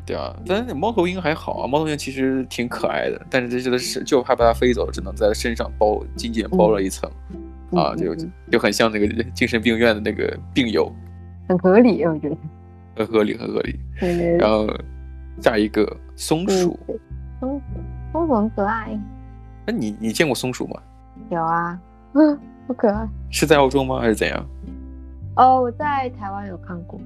Speaker 1: 对啊，但是猫头鹰还好啊，猫头鹰其实挺可爱的，但是这就是就害怕它飞走，只能在它身上包紧紧包了一层。
Speaker 2: 嗯
Speaker 1: 啊，
Speaker 2: 嗯
Speaker 1: 就
Speaker 2: 嗯
Speaker 1: 就很像那个精神病院的那个病友，
Speaker 2: 很合理，我觉得。
Speaker 1: 很合理，很合理。
Speaker 2: 对对
Speaker 1: 然
Speaker 2: 对
Speaker 1: 后下一个松
Speaker 2: 嗯
Speaker 1: 鼠，
Speaker 2: 对松松鼠很可爱，
Speaker 1: 那你你见过松鼠吗？
Speaker 2: 有啊，嗯， 好可爱。
Speaker 1: 是在澳洲吗？还是怎样？
Speaker 2: 哦，我在台湾有看过，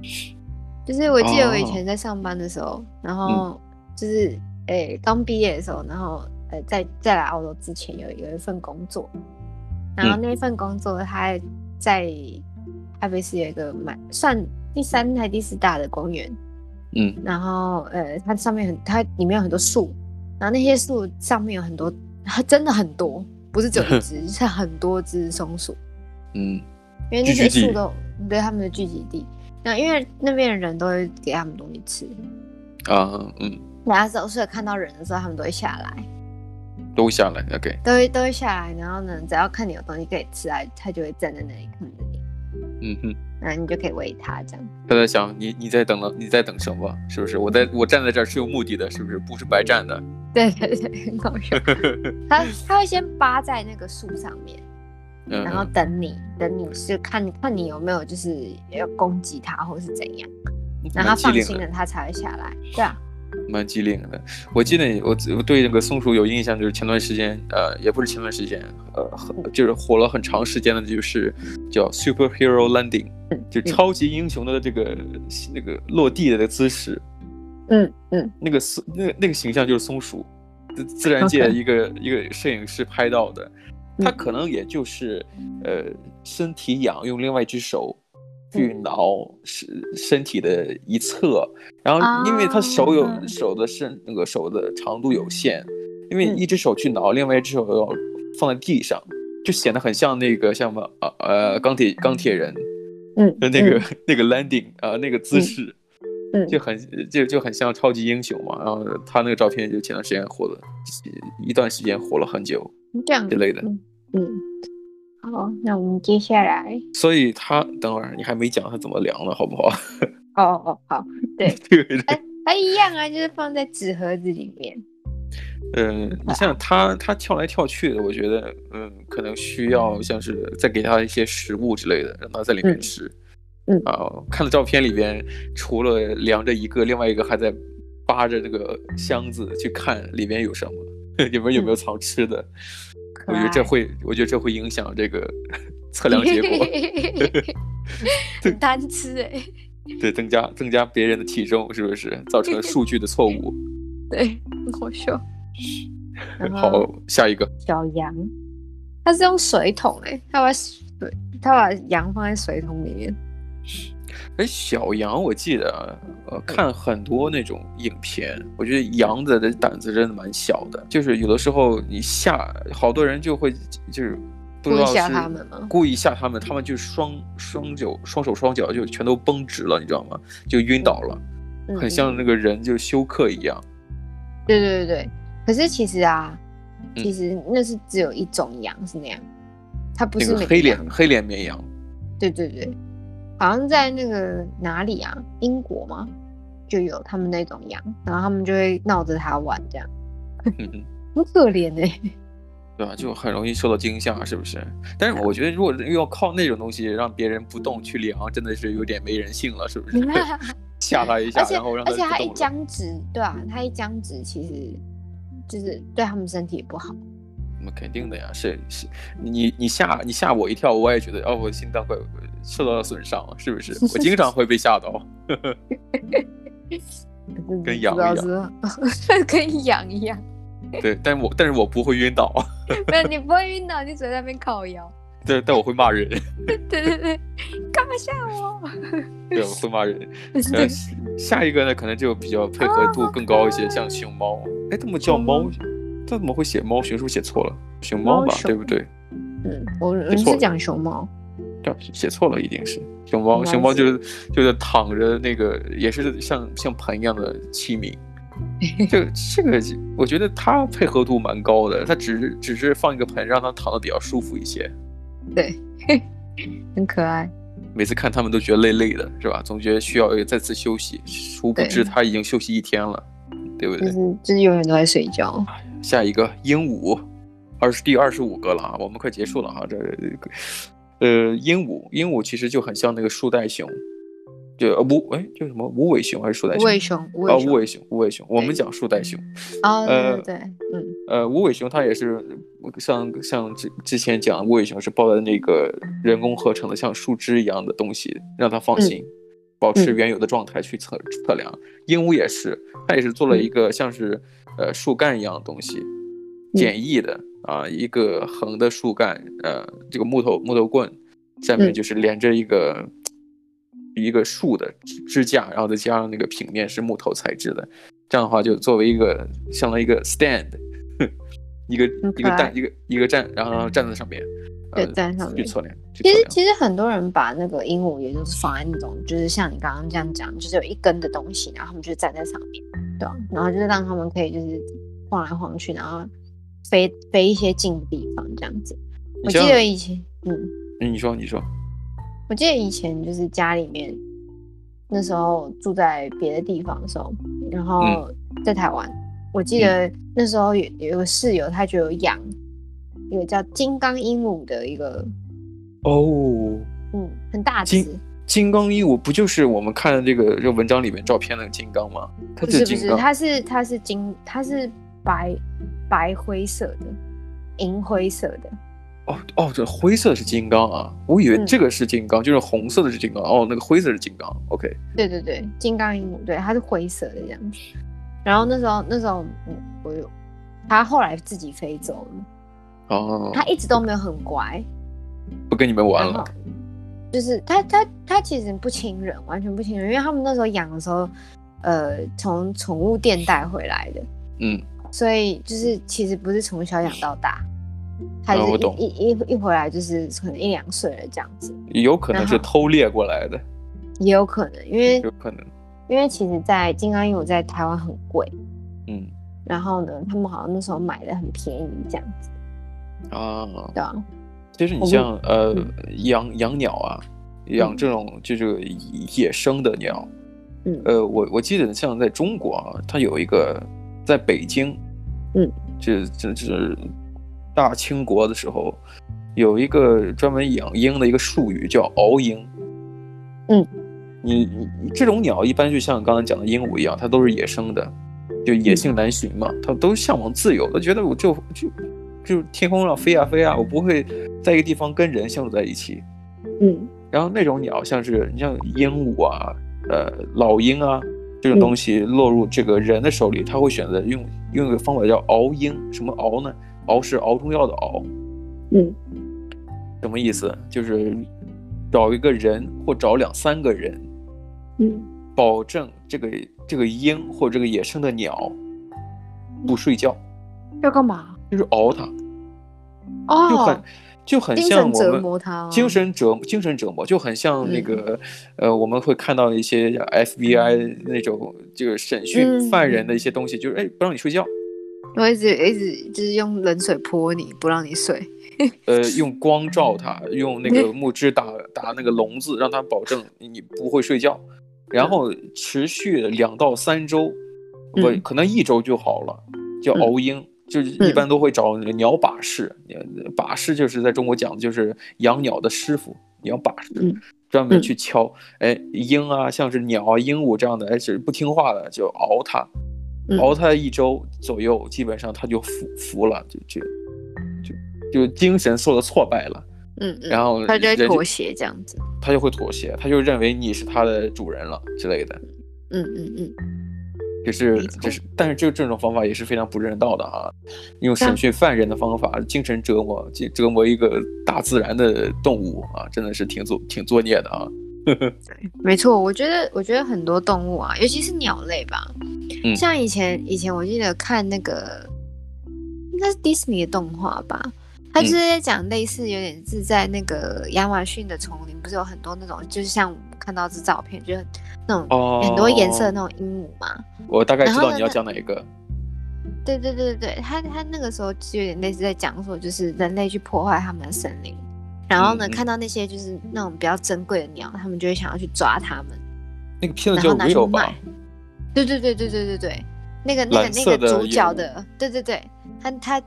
Speaker 2: 就是我记得我以
Speaker 1: 哦嗯
Speaker 2: 前在上班的时候，然后就是诶刚毕业的时候，然后呃在在来澳洲之前有有一份工作，然后
Speaker 1: 嗯
Speaker 2: 那一份工作它在台北市有一个蛮算第三还第四大的公园，
Speaker 1: 嗯
Speaker 2: 然后呃它上面很它里面有很多树，然后那些树上面有很多， 它真的很多，不是只有一只，是很多只松鼠。
Speaker 1: 嗯，
Speaker 2: 因为那些
Speaker 1: 聚集地
Speaker 2: 树都对他们的聚集地。那因为那边的人都会给他们东西吃，
Speaker 1: 啊嗯
Speaker 2: 然后时候所以看到人的时候，他们都会下来，
Speaker 1: 都下来，OK，
Speaker 2: 都会都会下来，然后呢，只要看你有东西可以吃啊，它就会站在那里看着你，
Speaker 1: 嗯哼，
Speaker 2: 然后你就可以喂它这样。
Speaker 1: 他在想你你在等了你在等什么？是不是？我在我站在这儿是有目的的，是不是？不是白站的。
Speaker 2: 对对对，很搞笑。它它会先扒在那个树上面，
Speaker 1: 嗯
Speaker 2: 然后等你，等你是看看你有没有就是要攻击它或是怎样，然后它
Speaker 1: 嗯蛮机
Speaker 2: 放
Speaker 1: 灵
Speaker 2: 心
Speaker 1: 的，
Speaker 2: 了，它才会下来。对啊，
Speaker 1: 蛮机灵的。我记得我我对那个松鼠有印象，就是前段时间，呃，也不是前段时间，呃，很就是火了很长时间的，就是叫 superhero landing，就是
Speaker 2: 嗯
Speaker 1: 超级英雄的这个那个落地的姿势。
Speaker 2: 嗯嗯，
Speaker 1: 那个松那个那个形象就是松鼠，自自然界
Speaker 2: OK
Speaker 1: 一个一个摄影师拍到的，
Speaker 2: 嗯
Speaker 1: 他可能也就是呃身体痒，用另外一只手
Speaker 2: 嗯
Speaker 1: 去挠身身体的一侧，然后因为他手有、
Speaker 2: 啊
Speaker 1: 手的身那个手的长度有限，因为
Speaker 2: 嗯
Speaker 1: 一只手去挠，另外一只手要放在地上，就显得很像那个像什么呃呃钢铁钢铁人
Speaker 2: 嗯
Speaker 1: 的那个、那个 landing 啊、呃那个姿
Speaker 2: 嗯
Speaker 1: 势。
Speaker 2: 嗯
Speaker 1: 就很就就很像超级英雄嘛。然后他那个照片就前段时间火了，一段时间火了很久
Speaker 2: 嗯这样
Speaker 1: 之类的。
Speaker 2: 嗯，好，那我们接下来，
Speaker 1: 所以他等会儿你还没讲他怎么量呢，好不好？
Speaker 2: 哦哦好，
Speaker 1: 对对，
Speaker 2: 它一样啊，就是放在纸盒子里面。
Speaker 1: 嗯，你像他他跳来跳去的，我觉得嗯，可能需要像是再给他一些食物之类的，让他在里面
Speaker 2: 嗯
Speaker 1: 吃。
Speaker 2: 嗯
Speaker 1: 啊，看的照片里边，除了量着一个，另外一个还在扒着那个箱子去看里面有什么， 里面有没
Speaker 2: 嗯
Speaker 1: 有藏吃的。
Speaker 2: 可
Speaker 1: 我觉得这
Speaker 2: 爱
Speaker 1: 会，我觉得这会影响 这个测量结果，
Speaker 2: 很贪吃哎、
Speaker 1: 对，增加增加别人的体重，是不是造成了数据的错误？
Speaker 2: 对，很好笑。然
Speaker 1: 好
Speaker 2: 后，
Speaker 1: 下一个，
Speaker 2: 小羊，它是用水桶哎、它把水，它把羊放在水桶里面。
Speaker 1: 哎，小羊，我记得啊，呃，看很多那种影片，我觉得羊的胆子真的蛮小的，就是有的时候你吓，好多人就会就是不知道
Speaker 2: 故意吓
Speaker 1: 是
Speaker 2: 他们吗
Speaker 1: 故意吓他们，他们就双双手双手双脚就全都绷直了，你知道吗？就晕倒了，
Speaker 2: 嗯
Speaker 1: 很像那个人就休克一样。
Speaker 2: 对对对对，可是其实啊，
Speaker 1: 嗯
Speaker 2: 其实那是只有一种羊是那样，它不
Speaker 1: 那
Speaker 2: 是
Speaker 1: 个
Speaker 2: 每
Speaker 1: 黑
Speaker 2: 个
Speaker 1: 脸
Speaker 2: 羊
Speaker 1: 黑脸绵羊。
Speaker 2: 对对对，好像在那个哪里啊，英国吗？就有他们那种羊，然后他们就会闹着它玩，这样
Speaker 1: 嗯哼，
Speaker 2: 很可怜哎、
Speaker 1: 对吧？
Speaker 2: 嗯
Speaker 1: 就很容易受到惊吓，是不是？但是我觉得，如果要靠那种东西让别人不动去量，真的是有点没人性了，是不是？ 吓他一 下
Speaker 2: 而，且
Speaker 1: 然后让他
Speaker 2: 而且它一
Speaker 1: 不动了。
Speaker 2: 僵直，对啊，它一僵直其实就是对他们身体也不好。
Speaker 1: 那肯定的呀，是是，你你吓你吓我一跳，我也觉得哦，我心脏会受到了损伤，是不是？我经常会被吓 到。跟羊
Speaker 2: 不知道是 跟羊一样，
Speaker 1: 对，但我但是我不会晕倒，
Speaker 2: 没有你不会晕倒，你只会在那边靠腰。
Speaker 1: 但但我会 骂人，
Speaker 2: 对对对，干嘛吓我？
Speaker 1: 对，我会骂人。呃
Speaker 2: 对，
Speaker 1: 下一个呢，可能就比较配合度更高一些，像熊猫。哎，怎么叫猫？它怎么会写猫？学术写错了，熊猫
Speaker 2: 猫
Speaker 1: 吧，
Speaker 2: 熊
Speaker 1: 对不对？
Speaker 2: 嗯，我我
Speaker 1: 不
Speaker 2: 们
Speaker 1: 错
Speaker 2: 是讲熊猫，
Speaker 1: 对，写错了，一定是熊猫。
Speaker 2: 没关系
Speaker 1: 熊猫就是就是躺着那个，也是像像盆一样的器 皿。就这个，我觉得它配合度蛮高的，它只是只是放一个盆，让它躺的比较舒服一些。
Speaker 2: 对，很可爱。
Speaker 1: 每次看他们都觉得累累的，是吧？总觉得需要再次休息，殊不知
Speaker 2: 对
Speaker 1: 它已经休息一天了，对不对啊
Speaker 2: 就？是就是永远都在睡觉。
Speaker 1: 下一个鹦鹉，二十第二十五个了啊，我们快结束了啊，这呃鹦鹉，鹦鹉其实就很像那个树袋熊，就呃无哎叫什么无尾熊还是树袋
Speaker 2: 无
Speaker 1: 熊？
Speaker 2: 尾熊，无
Speaker 1: 啊
Speaker 2: 尾
Speaker 1: 无
Speaker 2: 熊，
Speaker 1: 尾熊无尾熊，我们
Speaker 2: 对
Speaker 1: 讲树袋熊，
Speaker 2: 哦，
Speaker 1: 呃
Speaker 2: 对对对，嗯，
Speaker 1: 呃无尾熊它也是像像之之前讲无尾熊是抱在那个人工合成的像树枝一样的东西，让它放心。保持
Speaker 2: 嗯
Speaker 1: 原有的状态去测测量，鹦鹉也是，它也是做了
Speaker 2: 嗯
Speaker 1: 一个像是呃树干一样的东西，
Speaker 2: 嗯
Speaker 1: 简易的啊，一个横的树干，呃，这个木头木头棍下面
Speaker 2: 嗯
Speaker 1: 就是连着一个、一个树的支支架，然后再加上那个平面是木头材质的，这样的话就作为一个相当于一个 stand，一个
Speaker 2: 很
Speaker 1: 一
Speaker 2: 可
Speaker 1: 个
Speaker 2: 爱
Speaker 1: 站一个一个站，然后站在上面，呃，
Speaker 2: 对站在上面
Speaker 1: 去测量，去测
Speaker 2: 其实
Speaker 1: 量，
Speaker 2: 其实很多人把那个鹦鹉也就是放在那种，就是像你刚刚这样讲，就是有一根的东西，然后他们就站在上面，对啊、然后就是让他们可以就是晃来晃去，然后飞飞一些近的地方这样子。
Speaker 1: 你
Speaker 2: 我记
Speaker 1: 像
Speaker 2: 得以前，嗯，
Speaker 1: 嗯你说你说，
Speaker 2: 我记得以前就是家里面那时候住在别的地方的时候，然后
Speaker 1: 嗯
Speaker 2: 在台湾，我记得那时候有有个室友，他就有养一个叫金刚鹦鹉的一个，
Speaker 1: 哦，
Speaker 2: 嗯，很大
Speaker 1: 金
Speaker 2: 只，
Speaker 1: 金刚鹦鹉不就是我们看的这个这文章里面照片那个金刚吗？它
Speaker 2: 不
Speaker 1: 就是
Speaker 2: 不
Speaker 1: 金
Speaker 2: 是，
Speaker 1: 刚。
Speaker 2: 它是它是金，它是白白灰色的，银灰色的，
Speaker 1: 哦哦，这灰色是金刚啊，我以为
Speaker 2: 嗯
Speaker 1: 这个是金刚，就是红色的是金刚，哦，那个灰色是金刚。OK，
Speaker 2: 对对对，嗯金刚鹦鹉，对，它是灰色的这样子。然后那时候那时候我我有，它后来自己飞走了，
Speaker 1: 哦，
Speaker 2: 它一直都没有很乖，
Speaker 1: 不跟你们玩
Speaker 2: 然
Speaker 1: 了
Speaker 2: 后。就是它它它其实不亲人，完全不亲人，因为他们那时候养的时候，呃，从宠物店带回来的，
Speaker 1: 嗯，
Speaker 2: 所以就是其实不是从小养到大，它就
Speaker 1: 啊
Speaker 2: 是
Speaker 1: 我懂
Speaker 2: 一、一一一回来就是可能一两岁了这样子，
Speaker 1: 有可能
Speaker 2: 然
Speaker 1: 是
Speaker 2: 后嗯
Speaker 1: 偷猎过来的，
Speaker 2: 也有可能，因为
Speaker 1: 有可能。
Speaker 2: 因为其实，在金刚鹦鹉在台湾很贵，
Speaker 1: 嗯
Speaker 2: 然后呢，他们好像那时候买的很便宜这样子，
Speaker 1: 啊，
Speaker 2: 对啊，
Speaker 1: 其实你
Speaker 2: 我们
Speaker 1: 像呃
Speaker 2: 嗯
Speaker 1: 养养鸟啊，养
Speaker 2: 嗯
Speaker 1: 这种就是野生的鸟，
Speaker 2: 嗯
Speaker 1: 呃，我我记得像在中国啊，它有一个在北京，
Speaker 2: 嗯，
Speaker 1: 这这这是大清国的时候，有一个专门养鹰的一个术语叫獒鹰，
Speaker 2: 嗯，
Speaker 1: 你你你这种鸟一般就像刚才讲的鹦鹉一样，它都是野生的，就野性难寻嘛，它都向往自由，它觉得我就就就天空上飞啊飞啊，我不会在一个地方跟人相处在一起，
Speaker 2: 嗯
Speaker 1: 然后那种鸟，像是你像鹦鹉啊、呃老鹰啊这种东西落入这个人的手里，他会选择用用一个方法叫熬鹰。什么熬呢？熬是熬中药的熬，
Speaker 2: 嗯
Speaker 1: 什么意思？就是找一个人或找两三个人，
Speaker 2: 嗯，
Speaker 1: 保证这个这个鹰或这个野生的鸟不睡觉，
Speaker 2: 要干嘛？
Speaker 1: 就是熬它，就很、
Speaker 2: 哦，
Speaker 1: 就很
Speaker 2: 精
Speaker 1: 像
Speaker 2: 神
Speaker 1: 我
Speaker 2: 折
Speaker 1: 们
Speaker 2: 磨他哦嗯
Speaker 1: 精神折精神折磨，就很像那个、呃，我们会看到一些 FBI 那种就是审讯
Speaker 2: 嗯
Speaker 1: 犯人的一些东西，就是哎不让你睡觉，
Speaker 2: 我一直一直就是用冷水泼你，不让你睡。
Speaker 1: 呃，用光照它，用那个木枝打打那个笼子，让它保证你不会睡觉，然后持续两到三周，不、
Speaker 2: 嗯
Speaker 1: 可能一周就好了，叫
Speaker 2: 嗯
Speaker 1: 熬鹰。就是一般都会找鸟把式，呃把式就是在中国讲的就是养鸟的师傅，鸟把式，
Speaker 2: 嗯
Speaker 1: 专门
Speaker 2: 嗯
Speaker 1: 去敲，哎，鹰啊，像是鸟啊、鹦鹉这样的，哎，是不听话的就熬它，
Speaker 2: 嗯
Speaker 1: 熬它一周左右，基本上它就服服了，就就就就精神受到挫败了，
Speaker 2: 嗯嗯，
Speaker 1: 然后
Speaker 2: 他就会
Speaker 1: 人就
Speaker 2: 妥协这样子。
Speaker 1: 它就会妥协，它就认为你是它的主人了之类的。
Speaker 2: 嗯嗯嗯，
Speaker 1: 这是
Speaker 2: 没错
Speaker 1: 这是，但是这这种方法也是非常不人道的啊！用审
Speaker 2: 那
Speaker 1: 讯犯人的方法，精神折磨，折折磨一个大自然的动物啊，真的是挺作挺作孽的啊！
Speaker 2: 没错。我觉得我觉得很多动物啊，尤其是鸟类吧，
Speaker 1: 嗯
Speaker 2: 像以前以前我记得看那个应该是迪士尼的动画吧。它就是在讲类似，有点是在那个亚马逊的丛林，不是有很多那种，就是像我们看到这照片，就是那种
Speaker 1: 哦，
Speaker 2: 很多颜色的那种鹦鹉嘛。
Speaker 1: 我大概知
Speaker 2: 然后
Speaker 1: 道
Speaker 2: 呢
Speaker 1: 你要
Speaker 2: 那
Speaker 1: 讲哪一个。
Speaker 2: 对对对对对，他他那个时候就有点类似在讲说，就是人类去破坏他们的森林，然后呢，
Speaker 1: 嗯嗯
Speaker 2: 看到那些就是那种比较珍贵的鸟，他们就会想要去抓它们，
Speaker 1: 那个片子
Speaker 2: 然
Speaker 1: 叫
Speaker 2: 后
Speaker 1: 《
Speaker 2: 拿去
Speaker 1: Real》吧
Speaker 2: 卖？。对对对对对对对，那个那个
Speaker 1: 蓝
Speaker 2: 那个
Speaker 1: 色的
Speaker 2: 主角
Speaker 1: 鹦鹉
Speaker 2: 的，对对对，他他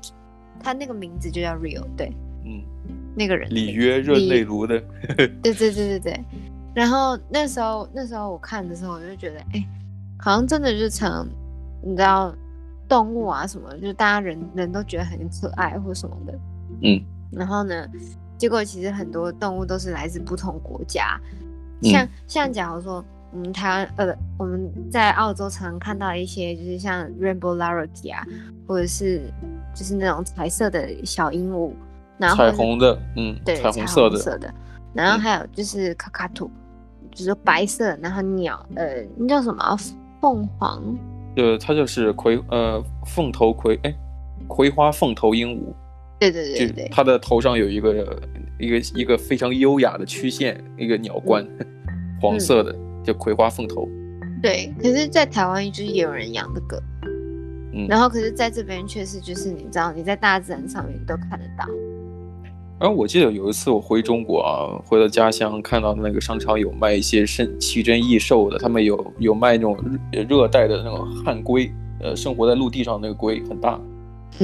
Speaker 2: 他那个名字就叫 Real，对，
Speaker 1: 嗯，
Speaker 2: 那个人的
Speaker 1: 里
Speaker 2: 名
Speaker 1: 约
Speaker 2: 字
Speaker 1: 热内
Speaker 2: 里
Speaker 1: 卢的，
Speaker 2: 对对对对对。然后那时候那时候我看的时候，我就觉得，哎，好像真的就成，你知道，动物啊什么，就是大家人人都觉得很可爱或什么的。
Speaker 1: 嗯。
Speaker 2: 然后呢，结果其实很多动物都是来自不同国家，
Speaker 1: 嗯
Speaker 2: 像、像假如说。我们台湾呃，我们在澳洲常常看到一些，就是像 Rainbow Laraki 啊，或者是就是那种彩色的小鹦鹉，然后或
Speaker 1: 彩
Speaker 2: 者是
Speaker 1: 虹的，嗯，
Speaker 2: 对，
Speaker 1: 彩虹色的，
Speaker 2: 然后
Speaker 1: 嗯
Speaker 2: 还有就是卡卡兔，就是白色，然后鸟，呃，那叫什么啊凤凰？
Speaker 1: 对，它就是葵呃凤头葵，哎，葵花凤头鹦鹉，
Speaker 2: 对对
Speaker 1: 就
Speaker 2: 对
Speaker 1: 是
Speaker 2: 对，
Speaker 1: 它的头上有一个一个一个非常优雅的曲线，一个鸟冠，
Speaker 2: 嗯
Speaker 1: 黄色的，叫葵花凤头。
Speaker 2: 对。可是，在台湾就是也有人养这个，
Speaker 1: 嗯
Speaker 2: 然后可是在这边确实就是你知道你在大自然上面都看得到，
Speaker 1: 然后我记得有一次我回中国啊，回到家乡，看到那个商场有卖一些身奇珍异兽的，他们有有卖那种热热带的那种旱龟，呃，生活在陆地上那个龟很大。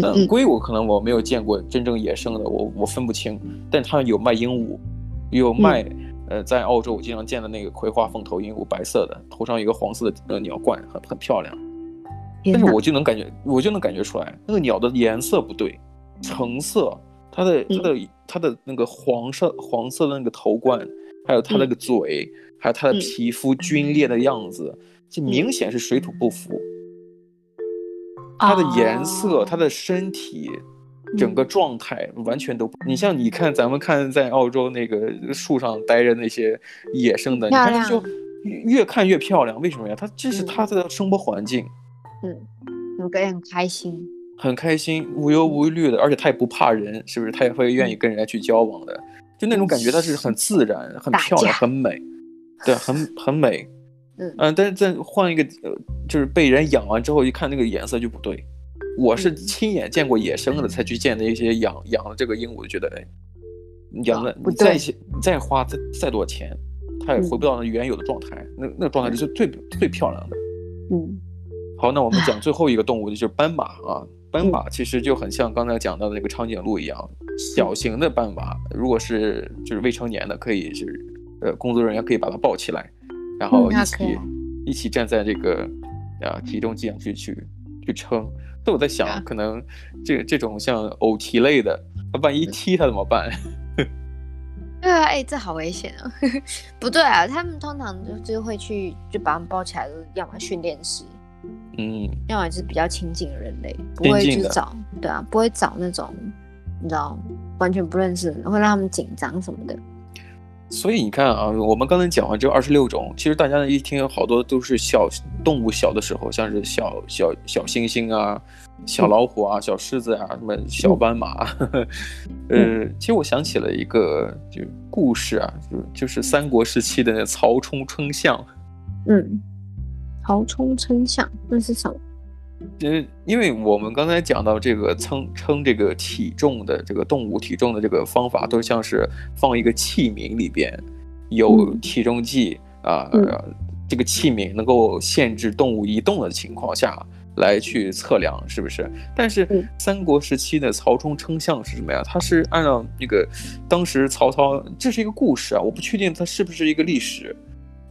Speaker 1: 但
Speaker 2: 嗯
Speaker 1: 龟我可能我没有见过真正野生的，我我分不清。但他们有卖鹦鹉，有
Speaker 2: 嗯
Speaker 1: 卖、呃在澳洲我经常见的那个葵花凤头鹦鹉，白色的，头上有一个黄色的呃鸟冠，很很漂亮。
Speaker 2: 天
Speaker 1: 嗯但是
Speaker 2: 哪
Speaker 1: 我就能感觉，我就能感觉出来，那个鸟的颜色不对，
Speaker 2: 嗯
Speaker 1: 橙色，它的它的它的那个黄色黄色的那个头冠，还有它那个嘴，还有它
Speaker 2: 嗯
Speaker 1: 的皮肤皲裂的样子，就明显是水土不服。它的颜色、
Speaker 2: 哦
Speaker 1: 它的身体、
Speaker 2: 嗯
Speaker 1: 整个状态完全都不。你像你看咱们看在澳洲那个树上待着那些野生的，你
Speaker 2: 漂
Speaker 1: 看
Speaker 2: 亮
Speaker 1: 它就越越看越漂亮，为什么呀？它这是
Speaker 2: 嗯
Speaker 1: 它的生活环境。
Speaker 2: 我个人很开心，
Speaker 1: 很开心、无
Speaker 2: 嗯
Speaker 1: 忧无虑的，而且他也不怕人，是不是？他也会愿意跟人家去交往的，就那种感觉，它是很自然、很
Speaker 2: 嗯打
Speaker 1: 漂
Speaker 2: 架
Speaker 1: 亮、很美， 对，很很美。
Speaker 2: 嗯
Speaker 1: 但是再换一个，呃，就是被人养完之后，一看那个颜色就不对。我是
Speaker 2: 嗯
Speaker 1: 亲眼见过野生的，才去见的一些养养了这个鹦鹉，就觉得哎，养了
Speaker 2: 不
Speaker 1: 你再
Speaker 2: 对嗯
Speaker 1: 去再花再再多钱，它也回不到那原有的状态，那那个状态就是最最漂亮的。
Speaker 2: 嗯
Speaker 1: 好，那我们讲最后一个动物就是斑马啊。
Speaker 2: 嗯
Speaker 1: 斑马其实就很像刚才讲到的那个长颈鹿一样，小型的斑马，如果是就是未成年的，可以是呃工作人员可以把它抱起来，然后
Speaker 2: 嗯好
Speaker 1: 一
Speaker 2: 可
Speaker 1: 起、
Speaker 2: 爱
Speaker 1: 一起站在这个啊体重计上去去去称。但我在
Speaker 2: 啊
Speaker 1: 想，可能这这种像偶蹄类的，它万一踢它怎么办？
Speaker 2: 对啊，哎、这好危险啊！ 不对啊，他们通常就是会去就把他们包起来，就是要么训练师，
Speaker 1: 嗯，
Speaker 2: 要么就是比较亲近的人类，不
Speaker 1: 亲
Speaker 2: 会
Speaker 1: 近
Speaker 2: 去
Speaker 1: 的
Speaker 2: 找，对啊，不会找那种你知道完全不认识的人，会让他们紧张什么的。
Speaker 1: 所以你看啊，我们刚才讲完这二十六种，其实大家一听，好多都是小动物小的时候，像是小小小猩猩啊、小老虎啊、小狮子啊，什么小斑马啊。 呃，其实我想起了一个就故事啊，就就是三国时期的曹冲称象。
Speaker 2: 嗯，曹冲称象那是什么？
Speaker 1: 呃，因为我们刚才讲到这个称称这个体重的这个动物体重的这个方法，都像是放一个器皿里边有
Speaker 2: 嗯
Speaker 1: 体重计啊、
Speaker 2: 嗯
Speaker 1: 这个器皿能够限制动物移动的情况下来去测量，是不是？但是
Speaker 2: 嗯
Speaker 1: 三国时期的曹冲称象是什么呀？他是按照那个当时曹操，这是一个故事啊，我不确定它是不是一个历史。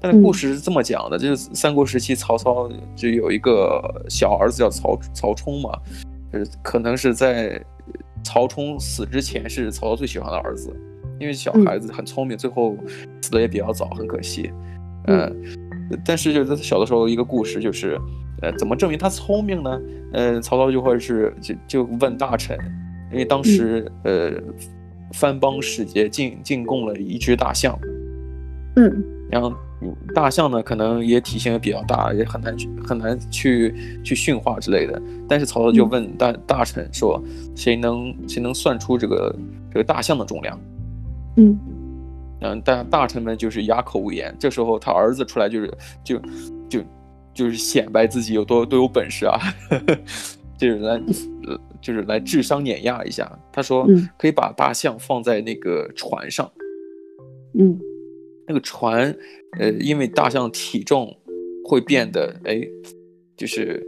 Speaker 1: 但是故
Speaker 2: 嗯
Speaker 1: 事是这么讲的，就是三国时期曹操就有一个小儿子叫曹曹冲嘛，就是可能是在曹冲死之前是曹操最喜欢的儿子，因为
Speaker 2: 嗯
Speaker 1: 小孩子很聪明，最后死的也比较早，很可惜。呃，但是就是他小的时候一个故事就是，呃，怎么证明他聪明呢？呃，曹操就会是就就问大臣，因为当时、呃藩邦使节进进贡了一只大象，
Speaker 2: 嗯
Speaker 1: 然后嗯大象呢，可能也体型也比较大，也很难去很难去去驯化之类的。但是曹操就问大、大臣说，谁能谁能算出这个这个大象的重量？
Speaker 2: 嗯
Speaker 1: 嗯，但大臣们就是哑口无言。这时候他儿子出来就是就就就是显摆自己有多多有本事啊， 就是来呃就是来智商碾压一下。他说
Speaker 2: 嗯
Speaker 1: 可以把大象放在那个船上，
Speaker 2: 嗯
Speaker 1: 那个船，呃，因为大象体重会变得哎，就是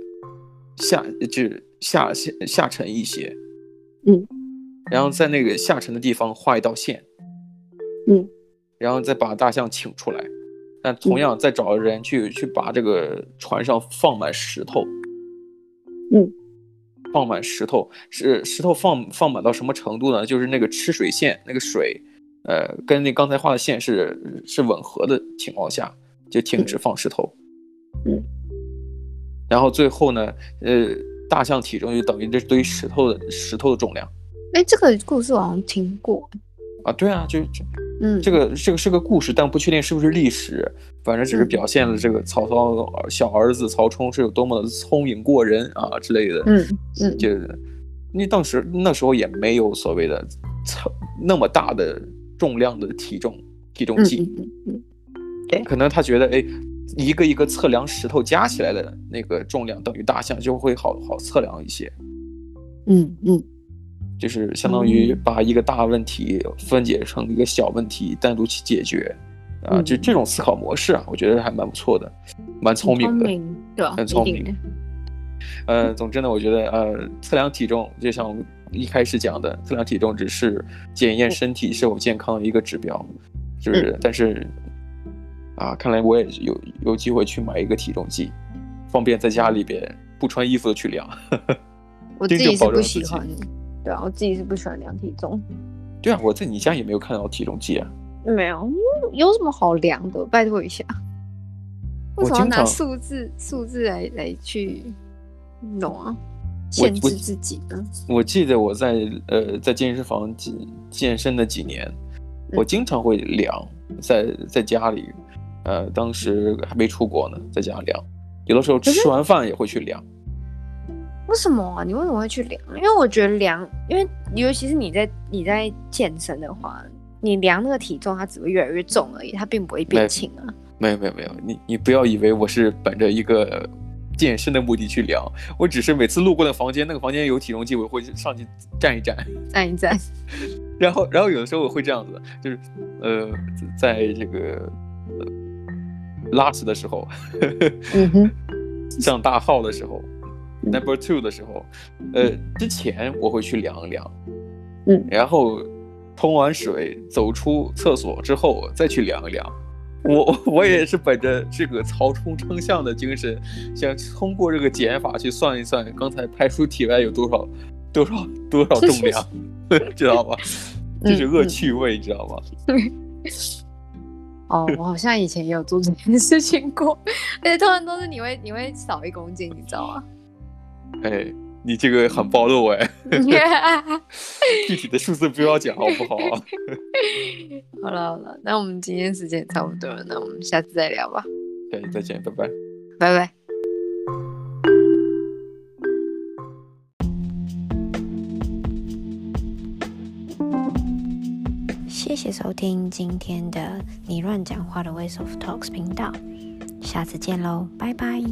Speaker 1: 下就是下下下沉一些，
Speaker 2: 嗯，
Speaker 1: 然后在那个下沉的地方画一道线，
Speaker 2: 嗯，
Speaker 1: 然后再把大象请出来，但同样再找人去、去把这个船上放满石头，
Speaker 2: 嗯，
Speaker 1: 放满石头，石石头放放满到什么程度呢？就是那个吃水线那个水。呃，跟那刚才画的线是是吻合的情况下，就停止放石头。
Speaker 2: 嗯。
Speaker 1: 然后最后呢，呃，大象体重就等于这堆石头的石头的重量
Speaker 2: 哎、这个故事我好像听过。
Speaker 1: 啊。对啊，就就
Speaker 2: 嗯，
Speaker 1: 这个这个是个故事，但不确定是不是历史，反正只是
Speaker 2: 嗯
Speaker 1: 表现了这个曹操儿小儿子曹冲是有多么的聪颖过人啊之类的。
Speaker 2: 嗯嗯
Speaker 1: 就因为当时那时候也没有所谓的操那么大的重量的体重体重
Speaker 2: 嗯
Speaker 1: 计。
Speaker 2: 嗯嗯嗯
Speaker 1: 可能他觉得，哎，一个一个测量石头加起来的那个重量等于大象，就会好好测量一些。
Speaker 2: 嗯嗯，
Speaker 1: 就是相当于把一个大问题分解成一个小问题，单独去解决。啊，
Speaker 2: 嗯
Speaker 1: 就这种思考模式啊，我觉得还蛮不错的，蛮聪明的。
Speaker 2: 对吧？
Speaker 1: 很聪
Speaker 2: 一
Speaker 1: 明
Speaker 2: 定的
Speaker 1: 呃，总之呢，我觉得呃，测量体重就像我一开始讲的，测量体重只是检验身体是否健康的一个指标，是不
Speaker 2: 嗯
Speaker 1: 是？但是啊，看来我也有有机会去买一个体重计，方便在家里边不穿衣服的去量。
Speaker 2: 我自
Speaker 1: 真
Speaker 2: 己
Speaker 1: 正
Speaker 2: 是
Speaker 1: 保
Speaker 2: 不
Speaker 1: 证自
Speaker 2: 喜
Speaker 1: 己
Speaker 2: 欢的，对啊，我自己是不喜欢量体重，
Speaker 1: 对啊，我在你家也没有看到体重计啊。
Speaker 2: 没有有什么好量的，拜托一下，为
Speaker 1: 我
Speaker 2: 什么要
Speaker 1: 经
Speaker 2: 拿
Speaker 1: 常
Speaker 2: 数字数字来来去，你懂啊？
Speaker 1: 我
Speaker 2: 限
Speaker 1: 我
Speaker 2: 制自己呢？
Speaker 1: 我记得我在呃在健身房健健身的几年，
Speaker 2: 嗯
Speaker 1: 我经常会量，在在家里，呃，当时还没出国呢，在家量，有的时候
Speaker 2: 是
Speaker 1: 吃完饭也会去量。
Speaker 2: 为什么啊？你为什么会去量？因为我觉得量，因为尤其是你在你在健身的话，你量那个体重，它只会越来越重而已，它并不会变
Speaker 1: 没
Speaker 2: 轻啊。
Speaker 1: 没有没有没有，你你不要以为我是本着一个健身的目的去量，我只是每次路过那个房间，那个房间有体重计，我会上去站一站。
Speaker 2: 按一站，
Speaker 1: 然后，然后有的时候我会这样子，就是，呃，在这个、呃、拉屎的时候，
Speaker 2: 嗯哼，
Speaker 1: 上大号的时候
Speaker 2: 嗯
Speaker 1: ，number two 的时候，呃，之前我会去量一量，
Speaker 2: 嗯，
Speaker 1: 然后冲完水走出厕所之后再去量一量。
Speaker 2: 嗯
Speaker 1: 我我也是本着这个曹冲称象的精神，想通过这个减法去算一算刚才排出体外有多少多少多少重量， 知道吧？
Speaker 2: 嗯
Speaker 1: 这是恶趣味，你知道吗？
Speaker 2: 哦，我好像以前也有做这件事情过， 而且通常都是你会你会少一公斤，你知道吗？
Speaker 1: 哎，你这个很暴露哎， 具体的数字不要讲好不好？啊
Speaker 2: 好了好了，那我们今天时间也差不多了，那我们下次再聊吧，
Speaker 1: 对，再见，拜拜。
Speaker 2: 拜拜。
Speaker 3: 谢谢收听今天的你乱讲话的 Ways of Talks 频道，下次见喽，拜拜。